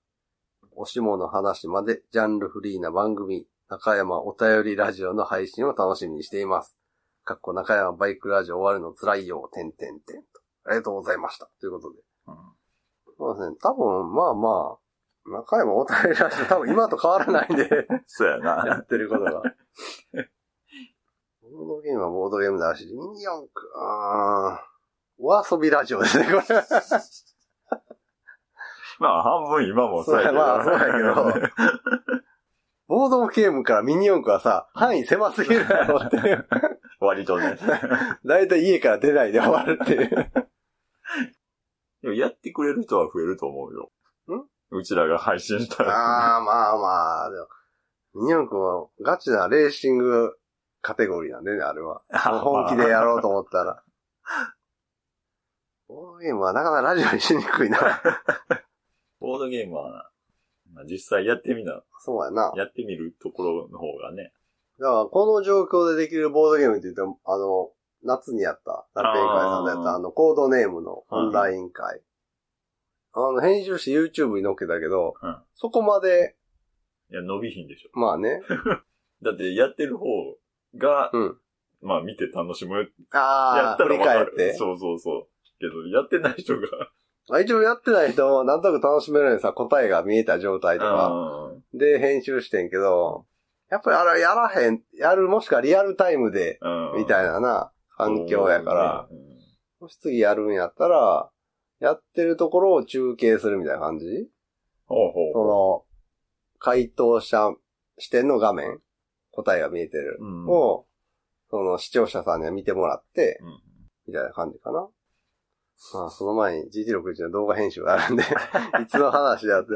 おしもの話までジャンルフリーな番組、中山お便りラジオの配信を楽しみにしています。かっこ中山バイクラジオ終わるの辛いよ、てんてんてんと。ありがとうございました。ということで。うんそうですね。多分、まあまあ、中山お便りラジオ多分今と変わらないんで、 *laughs* *laughs* そうややな。ってることが。ボードゲームはボードゲームだし、ミニ四駆、あー、お遊びラジオですね、これ。まあ、半分今もそうやけど。そうやまあそうやボードゲームからミニ四駆はさ、範囲狭すぎるだろうっていう。 *laughs* 割とね。だいたい家から出ないで終わるっていう。でもやってくれる人は増えると思うよ。んうちらが配信したら。ああ、まあまあ、でも、ミニ四駆はガチなレーシングカテゴリーなんでね、あれ *laughs* は。本気でやろうと思ったら。ボードゲームはなかなかラジオにしにくい *laughs* な。ボードゲームは、まあ、実際やってみな、そうやな。だかやってみるところの方がね。ら、この状況でできるボードゲームって言っても、あの、夏にやった、ラッペン会さんでやっあた、ーあの、コードネームのオンライン会。あの、編集して YouTube に載っけたけど、うんそこまで、いや、伸びひんでしょ。まあ *laughs* ね。だって、やってる方が、うんまあ、見て楽しむ。やあっあ、た振らりわか返っる。て。そうそうそう。けど、やってない人 *laughs* が。まあ一応やってない人も、なんとなく楽しめるようにさ、答えが見えた状態とか、うんで編集してんけど、やっぱりあれやらへん、やる、もしくはリアルタイムで、うんみたいなな、環境やから、そうねうんもし次やるんやったら、やってるところを中継するみたいな感じほうほうそほの、回答者視点の画面、答えが見えてるう。、うんを、その視聴者さんには見てもらって、うんみたいな感じかな。まあ、その前に GT61 の動画編集があ *laughs* るんで、いつの話やって。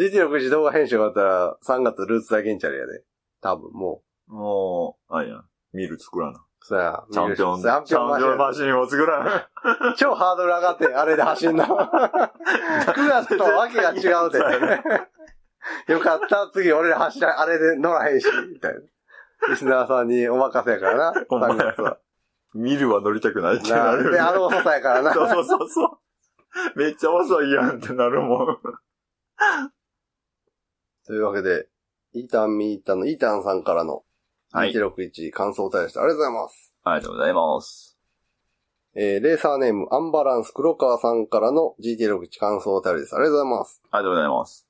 GT61 動画編集があったら、3月ルーツ大ゲンチャリやで。多分、ももう、あいや、ミル作らな。う。そや、チャンピオン、見チるャン人チピャンピオオンンママシンを作らな。シン。超ハードル上がって、あれで走ん *laughs* の。9月とわけが違うで。よかった、次俺ら走ら、あれで乗らへんし、みたいな。リスナーさんにお任せやからな、ほんまや3月は。ミルは乗りたくないってななるよね。で、あの遅さやからな。 *laughs* そうそうそうそう。めっちゃ遅いやんってなる *laughs* もん。というわけで、イータンミータンのイータンさんからの、はい161感想を対してありがとうございます。ありがとうございます。えー、レーサーネーム、アンバランス黒川さんからの GT61 感想お便りです。ありがとうございます。ありがとうございます。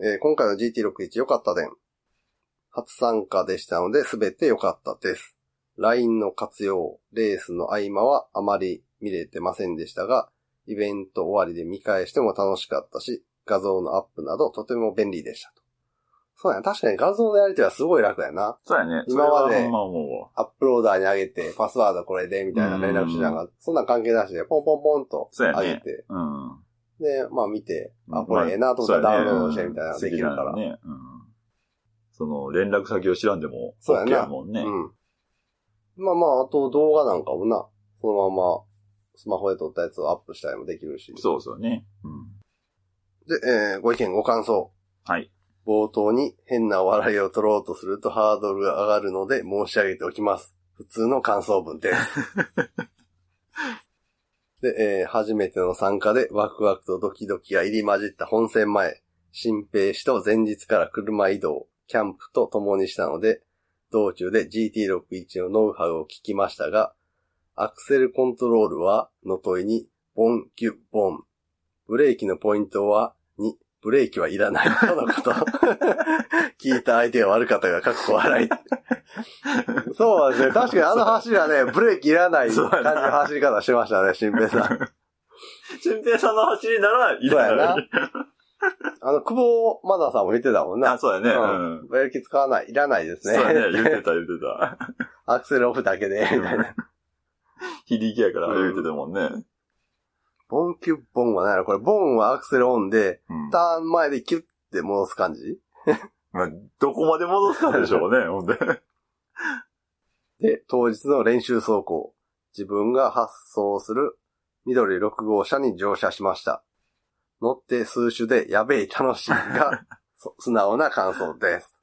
えー、今回の GT61 良かった点。初参加でしたので、すべて良かったです。LINE の活用、レースの合間はあまり見れてませんでしたが、イベント終わりで見返しても楽しかったし、画像のアップなどとても便利でしたと。そうやな。確かに画像のやりとりはすごい楽やな。そうやね。今までそれはほんま思うわアップローダーに上げて、パスワードこれで、みたいな連絡手段が、そんなん関係なしで、ポンポンポンとそうやね上げて、うん。で、まあ見て、あ、うんこれええなと思ったらまあダウンロードしてみたいなのができるかそらう。やねうん素敵なのねうん。その、連絡先を知らんでも、そうや OK なやもんね。うん。まあまあ、あと動画なんかもな、そのまま、スマホで撮ったやつをアップしたりもできるし。そうそうね。うん。で、えーご意見、ご感想。はい。冒頭に変な笑いを取ろうとするとハードルが上がるので申し上げておきます。普通の感想文 *laughs* です。で、えー初めての参加でワクワクとドキドキが入り混じった本戦前、新兵士と前日から車移動、キャンプと共にしたので、道中で GT61 のノウハウを聞きましたが、アクセルコントロールは、の問いに、ボン、キュッ、ボン。ブレーキのポイントは、に、ブレーキはいらない、とのこと。 *laughs* 聞いた相手が悪かったが、かっこ笑い。そうですね。確かにあの走りはね、ブレーキいらない感じの走り方してましたね、新平さん。新平さんの走りなら、いそうらやな。。ないあの、久保マナーさんも言ってたもんなあ、。そうやね。ううんん。ブレーキ使わない、いらないですそうね。やね。言ってた、言ってた。アクセルオフだけで、みたいな。非力やから言ってたもんね。ボンキュッボンは何やろこれ、ボンはアクセルオンで、うん。ターン前でキュッて戻す感じまあ、どこまで戻すかでしょうね、ほんで。で、当日の練習走行。自分が発送する緑6号車に乗車しました。乗って数種でやべえ楽しい *laughs* が、そ素直な感想です。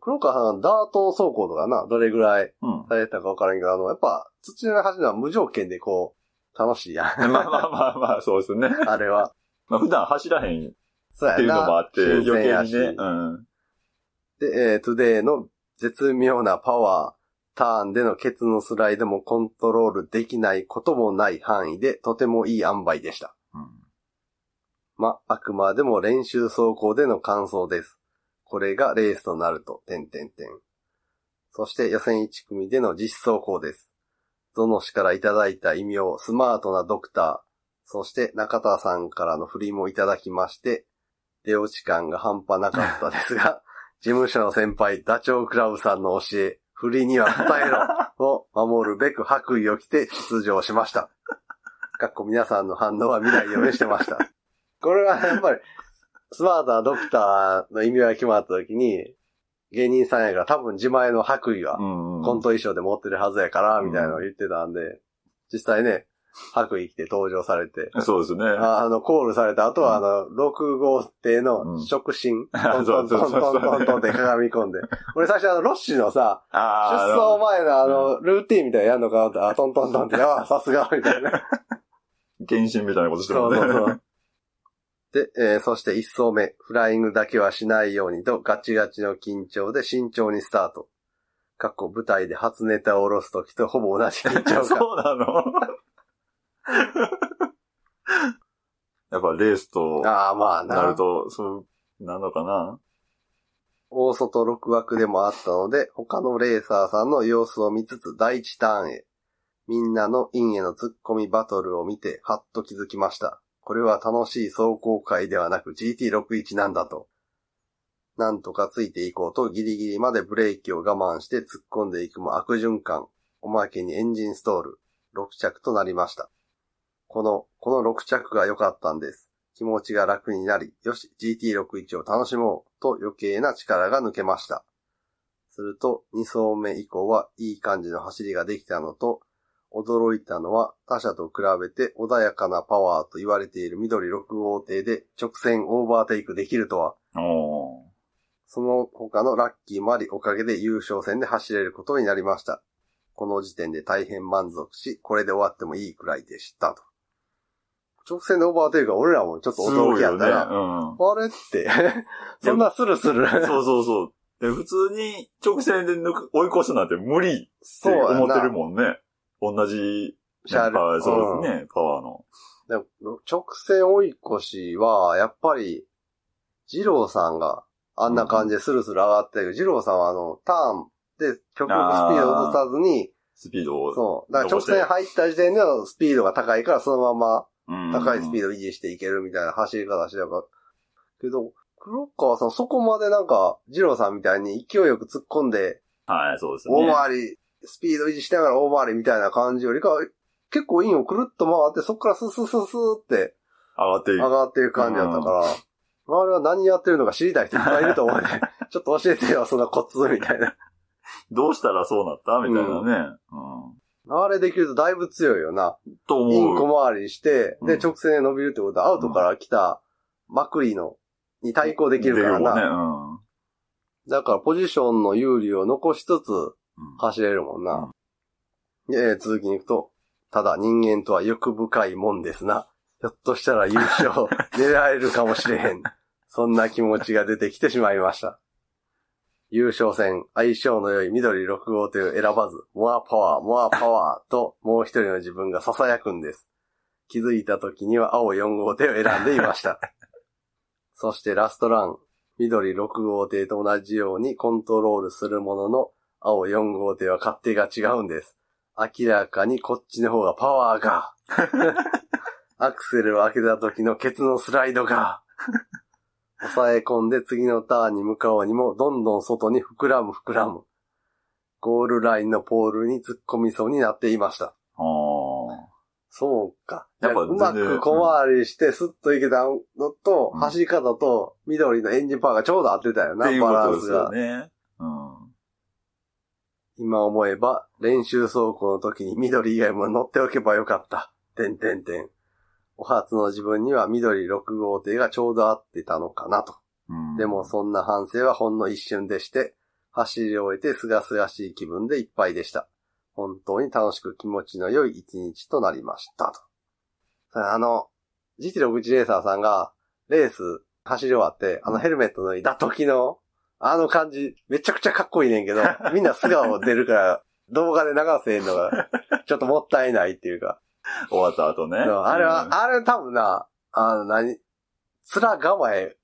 黒川さん、ダート走行とかな、どれぐらい *laughs* うん。されてたかわからんけど、あの、やっぱ、土の走るのは無条件でこう、楽しいやん。 *laughs* まあまあまあまあ、そうですね。あれは。まあ、普段走らへんっそうやな。ていうのもあって、余新鮮計やにしね。うん。で、えー、トゥデイの絶妙なパワー、ターンでのケツのスライドもコントロールできないこともない範囲で、とてもいい塩梅でした。ま、あくまでも練習走行での感想です。これがレースとなると、点点点。そして予選1組での実走行です。ゾノ氏からいただいた異名、スマートなドクター、そして中田さんからの振りもいただきまして、出落ち感が半端なかったですが、事務所の先輩、ダチョウクラブさんの教え、振りには答えろを守るべく白衣を着て出場しました。かっこ皆さんの反応は未来を見してました。これはやっぱり、スマートなドクターの意味が決まった時に、芸人さんやから多分自前の白衣はうん。うん。コント衣装で持ってるはずやから、みたいなのを言ってたんで、実際ね、白衣着て登場されて、そうですね。ああの、コールされた後は、あの、6号艇うのん触診、 *laughs* あトントントントンそトうそうそうントンって鏡込ん *laughs* で、俺最初あの、ロッシーのさ、出あー走前のあの、ルーティンみたいなのやんのかなと思ったら、あトントント *laughs* ンって、ああ、さすが、みたいな。原神みたいなことしてるそもんうね。そうそう。で、えーそして一層目、フライングだけはしないようにと、ガチガチの緊張で慎重にスタート。かっこ舞台で初ネタを下ろすときとほぼ同じ緊張感。 *laughs* そうなのやっぱレースとああ、まあな。なると、そう、なのかな大外6枠でもあったので、他のレーサーさんの様子を見つつ第1ターンへ。みんなのインへの突っ込みバトルを見て、はっと気づきました。これは楽しい走行会ではなく GT61 なんだと。なんとかついていこうとギリギリまでブレーキを我慢して突っ込んでいくも悪循環。おまけにエンジンストール。6着となりました。この、この6着が良かったんです。気持ちが楽になり、よし、GT61 を楽しもうと余計な力が抜けました。すると、2走目以降はいい感じの走りができたのと、驚いたのは他車と比べて穏やかなパワーと言われている緑6号艇で直線オーバーテイクできるとは、おその他のラッキーもありおかげで優勝戦で走れることになりました。この時点で大変満足し、これで終わってもいいくらいでしたと。直線でオーバーテイクは俺らもちょっーとすご驚いきやよっね。たうら、ん。あれ *laughs* って、そんなスルスル。そうそうそう。で、普通に直線で抜く、追い越すなんて無理ってやな思ってるもんね。同じ、シャーパルワー、そうですね、パワーの。うんでも直線追い越しは、やっぱり、二郎さんがあんな感じでスルスル上がってる。二郎さんはあの、ターンで極力スピードを落とさずに、スピードを。そう。だから直線入った時点でのスピードが高いから、そのまうんま高いスピードを維持していけるみたいな走り方してたから。けど、黒川さん、そこまでなんか、二郎さんみたいに勢いよく突っ込んで、はい、そうですね。大回り、スピード維持しながら大回りみたいな感じよりか、結構インをくるっと回って、そこからスースースースーって上がっていく *laughs* 上がっていく感じだったから、周りは何やってるのか知りたい人いっぱいいると思うね。ちょっと教えてよ、そのコツ、みたいな。どうしたらそうなったみたいなね。うあれできるとだいぶ強いよな。ん。とイン思う。コ回りして、うで、ん直線で伸びるってことは、アウトから来たマクリのに対抗できるから出な。ね。うん。だから、ポジションの有利を残しつつうん走れるもんな。で、えー続きに行くと、ただ人間とは欲深いもんですな。ひょっとしたら優 *laughs* 勝狙えるかもしれへん。そんな気持ちが出てきてしまいました。優勝戦、相性の良い緑6号艇を選ばず、モアパワー、モアパワーと、もう一人の自分が囁くんです。気づいた時には青4号艇を選んでいました。そしてラストラン、緑6号艇と同じようにコントロールするものの、青4号艇は勝手が違うんです。明らかにこっちの方がパワーが。アクセルを開けた時のケツのスライドが。抑え込んで次のターンに向かおうにも、どんどん外に膨らむ膨らむ。ゴールラインのポールに突っ込みそうになっていました。あそうか。やっぱうま全然く小回りしてスッといけたのと、うん走り方と緑のエンジンパワーがちょうど合ってたよあ。な、っていうこバラとンでスすがよ。ね。うん。今思えば、練習走行の時に緑以外も乗っておけばよかった。てんてんてん。お初の自分には緑6号艇がちょうど合ってたのかなと。うんでもそんな反省はほんの一瞬でして、走り終えてすがすがしい気分でいっぱいでした。本当に楽しく気持ちの良い一日となりました。とあの、GT61 レーサーさんが、レース走り終わって、あのヘルメット脱いだ時の、あの感じ、めちゃくちゃかっこいいね *laughs* んけど、みんな素顔出るから、動画で流せへんのが、ちょっともったいないっていうか。終わった後ね。でもあれ *laughs* うは、ん、あれ多分な、あの何、面構え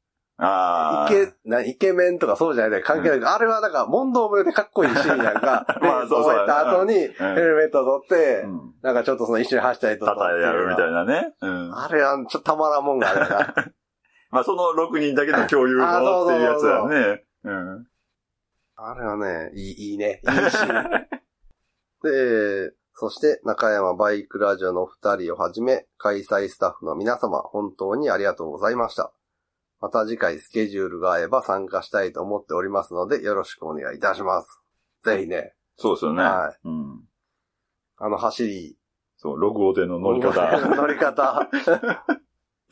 あ、イケ、な、イケメンとかそうじゃない関係ない。あれはなんか、問答無用でかっこいいシーンなんかレ *laughs* まあース終えた後に、ヘルうんメットを取って、うん。なんかちょっとその一緒に走ったりと叩か。いてやるみたいなね。うん。あれは、ちょっとたまらんもんがある *laughs* な。まあ、その6人だけの共有あそのうっそてういうやつそうだそうね。うん。あれはね、いい、いいね。いいシーン。で、そして、中山バイクラジオのお二人をはじめ、開催スタッフの皆様、本当にありがとうございました。また次回スケジュールが合えば参加したいと思っておりますので、よろしくお願いいたします。ぜひね、そうですよね。はうん。あの走り、そう、6号艇の *laughs* 乗り方。乗り方。じゃ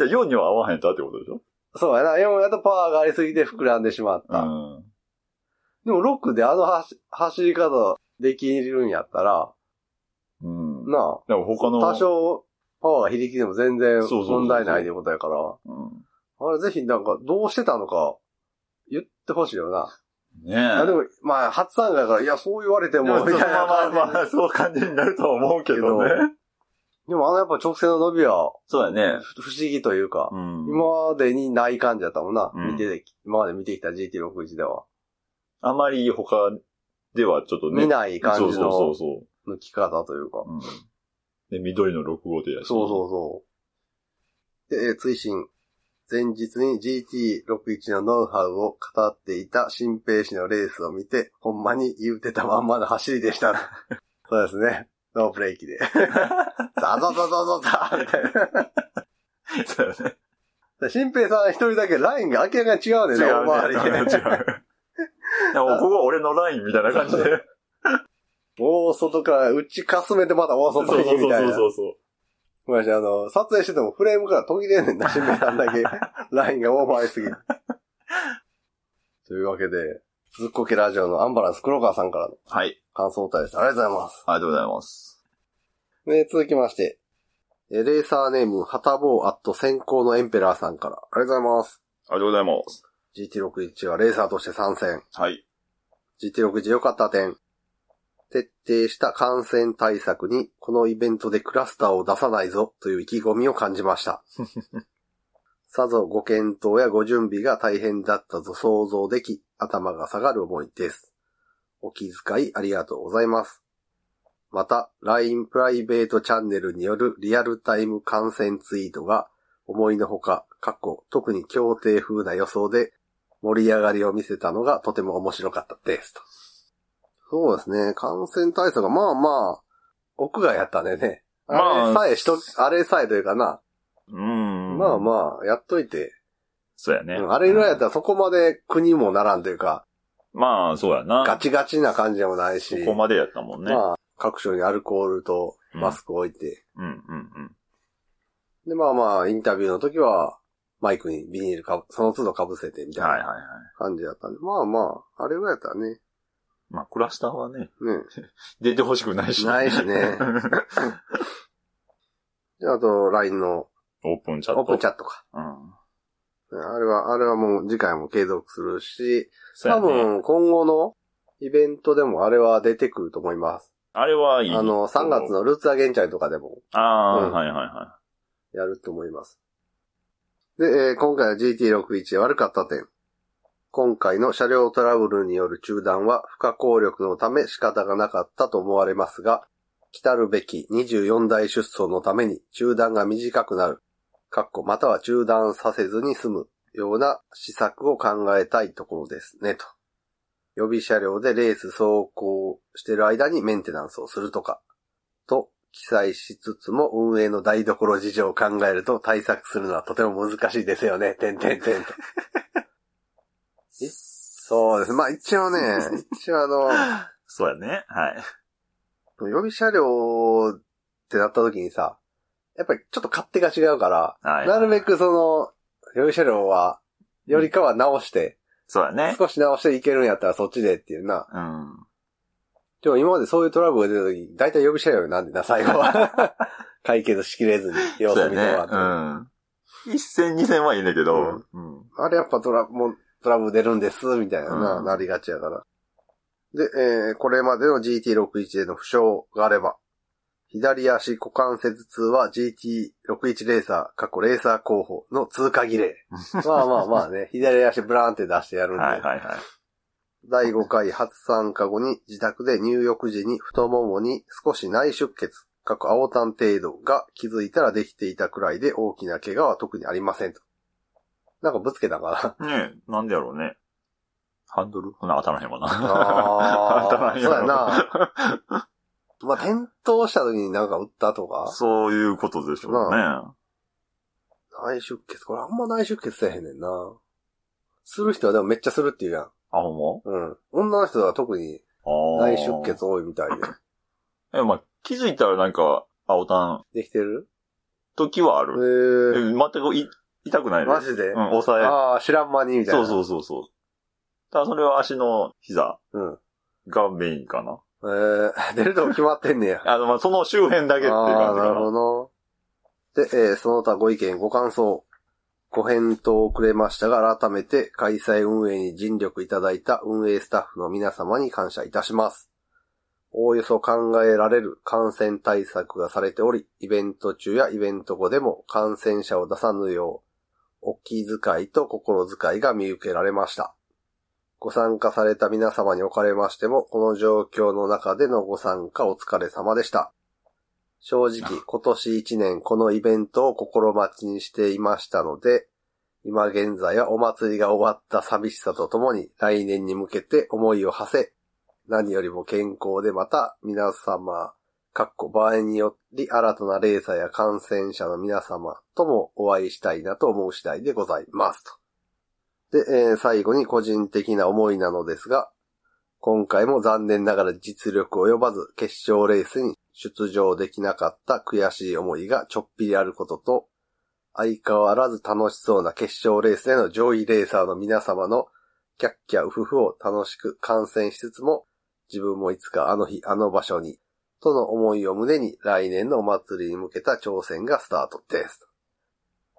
4には合わへんとってことでしょそうやな。4やとパワーがありすぎて膨らんでしまっうた。ん。でも6であの走走り方できるんやったら、うん。なあ、でも他の。多少パワーが非力でも全然そうそうそうそう問題ないってことやから、うん。あれぜひなんかどうしてたのか言ってほしいよな。ねえ。あでも、まあ初参加だから、いや、そう言われてでもも、みたいまなあまあ感じ。まあ、そう感じになるとは思うけどけね。でもあのやっぱ直線の伸びはそうだね。ふ不思議というか、うん。今までにない感じだったもんな。うん見ててき今まで見てきた GT61 では。あまり他ではちょっとね。見ない感じの。そうそうそう抜き方というか。そう。うん。で、緑の6号艇やし。そうそうそう。で、えー追伸。前日に GT61 のノウハウを語っていた新平氏のレースを見て、ほんまに言うてたまんまの走りでした。 *laughs* そうですね。ノーブレーキで。ザザザザザザみたいそうだね。な。新平さん一人だけラインが明らかに違うねん違な、おうね。まわり違う。で。 *laughs* でも、ここは俺のラインみたいな感じで。大外から内かすめてまた大外にみたいな。うそう。ごめんなさい、あの、撮影しててもフレームから途切れんねんな、しめさんだ *laughs* け。ラインがオーバーしすぎる。というわけで、ずっこけラジオのアンバランス黒川さんからのはい。感想対です。ありがとうございます。ありがとうございます。で続きまして、えレーサーネーム、はたぼうアット先行のエンペラーさんから。ありがとうございます。ありがとうございます。 GT61 はレーサーとして参戦。はい。 GT61 良かった点。徹底した感染対策に、このイベントでクラスターを出さないぞという意気込みを感じました。さぞご検討やご準備が大変だったと想像でき、頭が下がる思いです。お気遣いありがとうございます。また、LINE プライベートチャンネルによるリアルタイム感染ツイートが、思いのほか、過去、特に協定風な予想で盛り上がりを見せたのがとても面白かったですと。そうですね。感染対策がまあまあ、屋外やったんでね。あれさえしと、あれさえというかな。うん。まあまあ、やっといて、そうやね。うんあれぐらいやったらそこまで国もならんというか、まあ、そうやな。ガチガチな感じでもないしこ、こまでやったもんね。まあ、各所にアルコールとマスクを置いて、うんうんうん。で、まあまあ、インタビューの時は、マイクにビニールかぶ、その都度被せてみたいはいはいなはい。感じだったんで、まあまあ、あれぐらいやったらね、まあ、クラスターはね、ね、出てほしくないし。ないしねで、あと、LINE の *laughs* オープンチャット。オープンチャットか。うん。ねあれは、あれはもう次回も継続するし、そう多やね。分今後のイベントでもあれは出てくると思います。あれはいい。あの、3月。のルーツアゲンチャイとかでもああ、うんはいはいはやると思います。で、えー今回の GT61 悪かった点。今回の車両トラブルによる中断は不可抗力のため仕方がなかったと思われますが、来るべき24台出走のために中断が短くなる、かっこまたは中断させずに済むような施策を考えたいところですね、と。予備車両でレース走行してる間にメンテナンスをするとか、と記載しつつも運営の台所事情を考えると対策するのはとても難しいですよね、てんてんてんと。い。えそうです。まあ一応ね、一応あの、そうやね。はい。予備車両ってなった時にさ、やっぱりちょっと勝手が違うから、はい。なるべ。くその、予備車両は、よりかは直して、そうやね。少し直していけるんやったらそっちでっていうな。うん。でも今までそういうトラブルが出た時、大体予備車両なんでな、最後 *laughs* は。解決しきれずに、様そう子や見てもらねって。うん。一戦二戦はいいんだけど、うん。あれやっぱトラ、もうトラブル出るんです、みたいなな、うんなりがちやから。で、えーこれまでの GT61 への負傷があれば、左足股関節痛は GT61 レーサー、過去レーサー候補の通過儀礼。まあまあまあね、左足ブラーンって出してやるんで、はいはいはい。第5回初参加後に自宅で入浴時に太ももに少し内出血、過去青炭程度が気づいたらできていたくらいで大きな怪我は特にありませんと。なんかぶつけたかなねえ、なんでやろうね。ハンドルな、当たらへんわな。あー *laughs* 当たらへんわまあ、転倒した時になんか打ったとか、そういうことでしょうね。内出血、これあんま内出血せえへんねんな。する人はでもめっちゃするっていうやん。あ、ほうん。女の人は特にんまあー内出血多いみたいえ、まあ、気づいたらなんか、青タン、で。できてる時はあへる。ええ全くい痛くないマね。ジで、うん、抑え。ああ、知らん間にみたいそな。うそうそうそう。ただそれは足の膝うんがメインかな。えー、出るとこ決まってんねや。あの、まあ、その周辺だけっていうああー、感じなるかな。ほどな。で、えーその他ご意見、ご感想、ご返答をくれましたが、改めて開催運営に尽力いただいた運営スタッフの皆様に感謝いたします。おおよそ考えられる感染対策がされており、イベント中やイベント後でも感染者を出さぬよう、お気遣いと心遣いが見受けられました。ご参加された皆様におかれましても、この状況の中でのご参加お疲れ様でした。正直、今年1年このイベントを心待ちにしていましたので、今現在はお祭りが終わった寂しさとともに、来年に向けて思いを馳せ、何よりも健康でまた皆様、かっこ場合により新たなレーサーや感染者の皆様ともお会いしたいなと思う次第でございますと。で、えー最後に個人的な思いなのですが、今回も残念ながら実力及ばず決勝レースに出場できなかった悔しい思いがちょっぴりあることと、相変わらず楽しそうな決勝レースへの上位レーサーの皆様のキャッキャウフフを楽しく観戦しつつも、自分もいつかあの日あの場所に、との思いを胸に来年のお祭りに向けた挑戦がスタートです。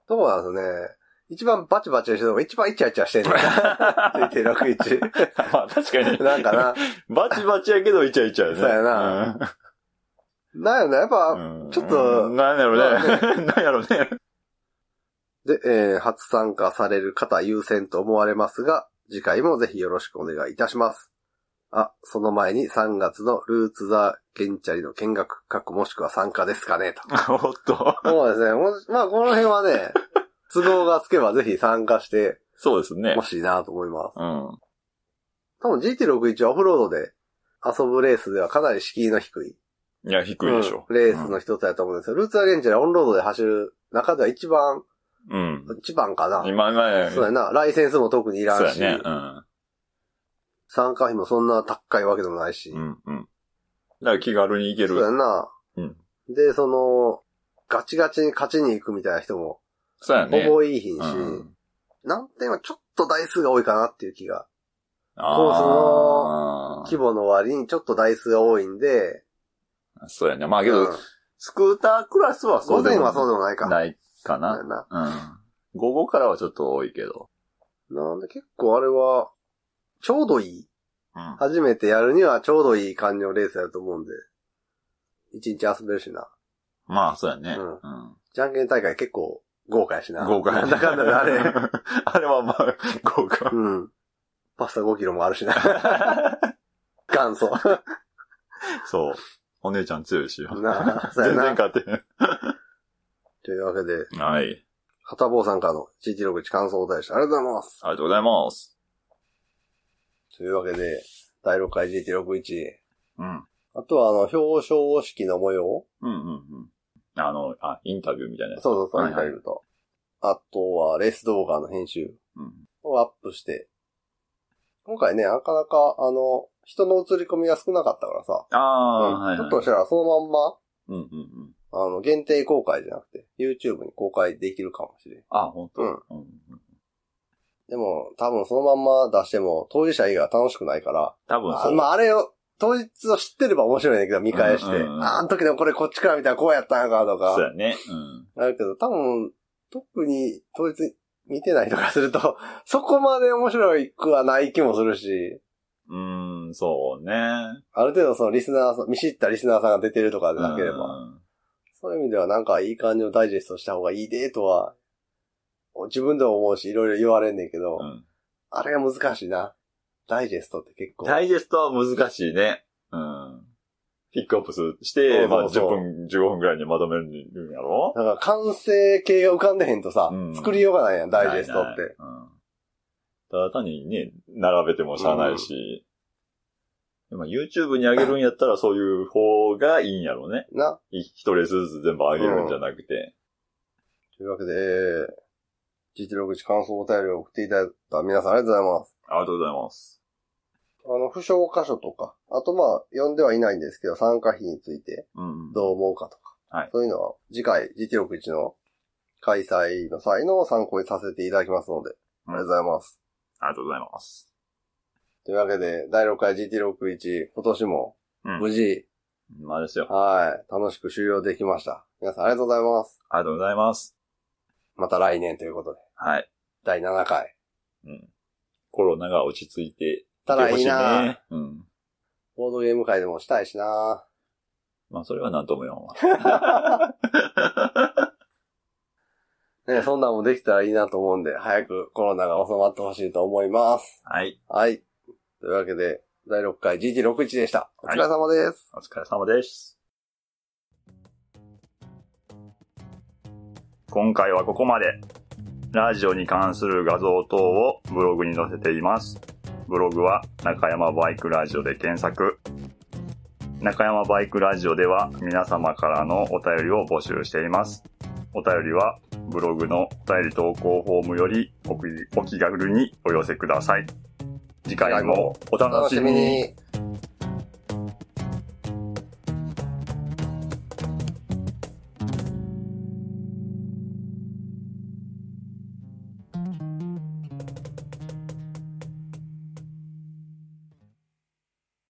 そうなんですね。一番バチバチの人が一番イチャイチャしてん *laughs* ねん GT61。まあ確かに。なんか。な、バチバチやけどイチャイチャやね。そうやななんやろな、やっぱ、うん。うんちょっとうんなんやろね。 *laughs* なんやろね。で、えー初参加される方優先と思われますが、次回もぜひよろしくお願いいたします。あ、その前に3月のルーツザ・ゲンチャリの見学、かっこもしくは参加ですかね、と。おっと。そうですね。もしまあ、この辺はね、 *laughs* 都合がつけばぜひ参加してそうですねほ。しいなと思います。うん。多分 GT61 はオフロードで遊ぶレースではかなり敷居の低い。いや、低いでしょ。うんレースの一つだと思うんですよ。ルーツザ・ゲンチャリはオンロードで走る中では一番うん。一番かな。今、今、そうやな。ライセンスも特にいらそうんやし、ね。うん。参加費もそんな高いわけでもないし。うん、うん。だから気軽に行けそうやる。な。うんで、その、ガチガチに勝ちに行くみたいな人も、そうやほね。ぼいい品し、うん。難点はちょっと台数が多いかなっていう気が。あ規模の割にちょっと台数が多いんで、あ。そうやね。まあけうんど、スクータークラスはそ午うで前もはそうでもないか。ないかそうやな。な。うん。午後からはちょっと多いけど。なんで結構あれは、ちょうどいい。うん。初めてやるにはちょうどいい感じのレースだと思うんで。一日遊べるしな。まあ、そうやね。うんうん。じゃんけん大会結構豪華やしな。豪華やなんねだかんだであれ。。 *laughs* あれはまあ、豪 *laughs* 華。うん。パスタ5キロもあるしな。 *laughs* 元祖。そう。お姉ちゃん強いし。なあそうや全な然勝てん。というわけで、はい。ありはたぼうさんからの GT61 感想を大してありがとうございます。がとうございます。というわけで、第6回 GT61。うん。あとはあの、表彰式の模様うんうんうん。あの、あ、インタビューみたいなやつ。そうそうそう、はいはい見てみると。あとは、レース動画の編集うん。をアップして。今回ね、なかなか、あの、人の映り込みが少なかったからさ。ああ、うんはい、はい。ちょっとしたら、そのまんま、うんうんうん。あの、限定公開じゃなくて、YouTube に公開できるかもしれん。あ、本当。うんうん。でも、多分そのまんま出しても、当事者以外は楽しくないから、多分あそう。まあ、あれを、当日を知ってれば面白いんだけど、見返して、うんうんうんああの時のこれこっちから見たらこうやったんかとかそう、やね。うん。なるけど、多分、特に当日見てないとかすると、 *laughs* そこまで面白いくはない気もするし、うーん、そうね。ある程度そのリスナーさん、見知ったリスナーさんが出てるとかでなければ、うん。そういう意味ではなんかいい感じのダイジェストした方がいいでとは、自分でも思うし、いろいろ言われんねんけど、うんあれが難しいな。ダイジェストって結構。ダイジェストは難しいね。うん。ピックアップするして、まそあ、うそう10そう分、15分ぐらいにまとめるんやろなんか完成形が浮かんでへんとさ、うん作りようがないやん、ダイジェストって。ないないうんただ単にね、並べてもしゃあないし。まあ YouTube に上げるんやったらそういう方がいいんやろうね。ない一レースずつ全部上げるんじゃなくて。というわけで、えー、GT61 感想お便りを送っていただいた皆さんありがとうございます。ありがとうございます。あの、不詳箇所とか、あとまあ、読んではいないんですけど、参加費についてうん。どう思うかとか、はいそういうのは次回 GT61 の開催の際の参考にさせていただきますので、ありがとうございます。ありがとうございます。というわけで、第6回 GT61、今年もうん無事、まあですよ。はい、楽しく終了できました。皆さんありがとうございます。ありがとうございます。また来年ということで、はい。第7回。うん。コロナが落ち着いて、ただいいなね。うん。ボードゲーム会でもしたいしなまあ、それはなんとも言わんわ。 *laughs* ね、そんなんもできたらいいなと思うんで、早くコロナが収まってほしいと思います。はい。はい。というわけで、第6回 GT61 でした。お疲れ様です。お疲れ様です。今回はここまで。ラジオに関する画像等をブログに載せています。ブログは中山バイクラジオで検索。中山バイクラジオでは皆様からのお便りを募集しています。お便りはブログのお便り投稿フォームよりお気お気軽にお寄せください。次回もお楽しみに。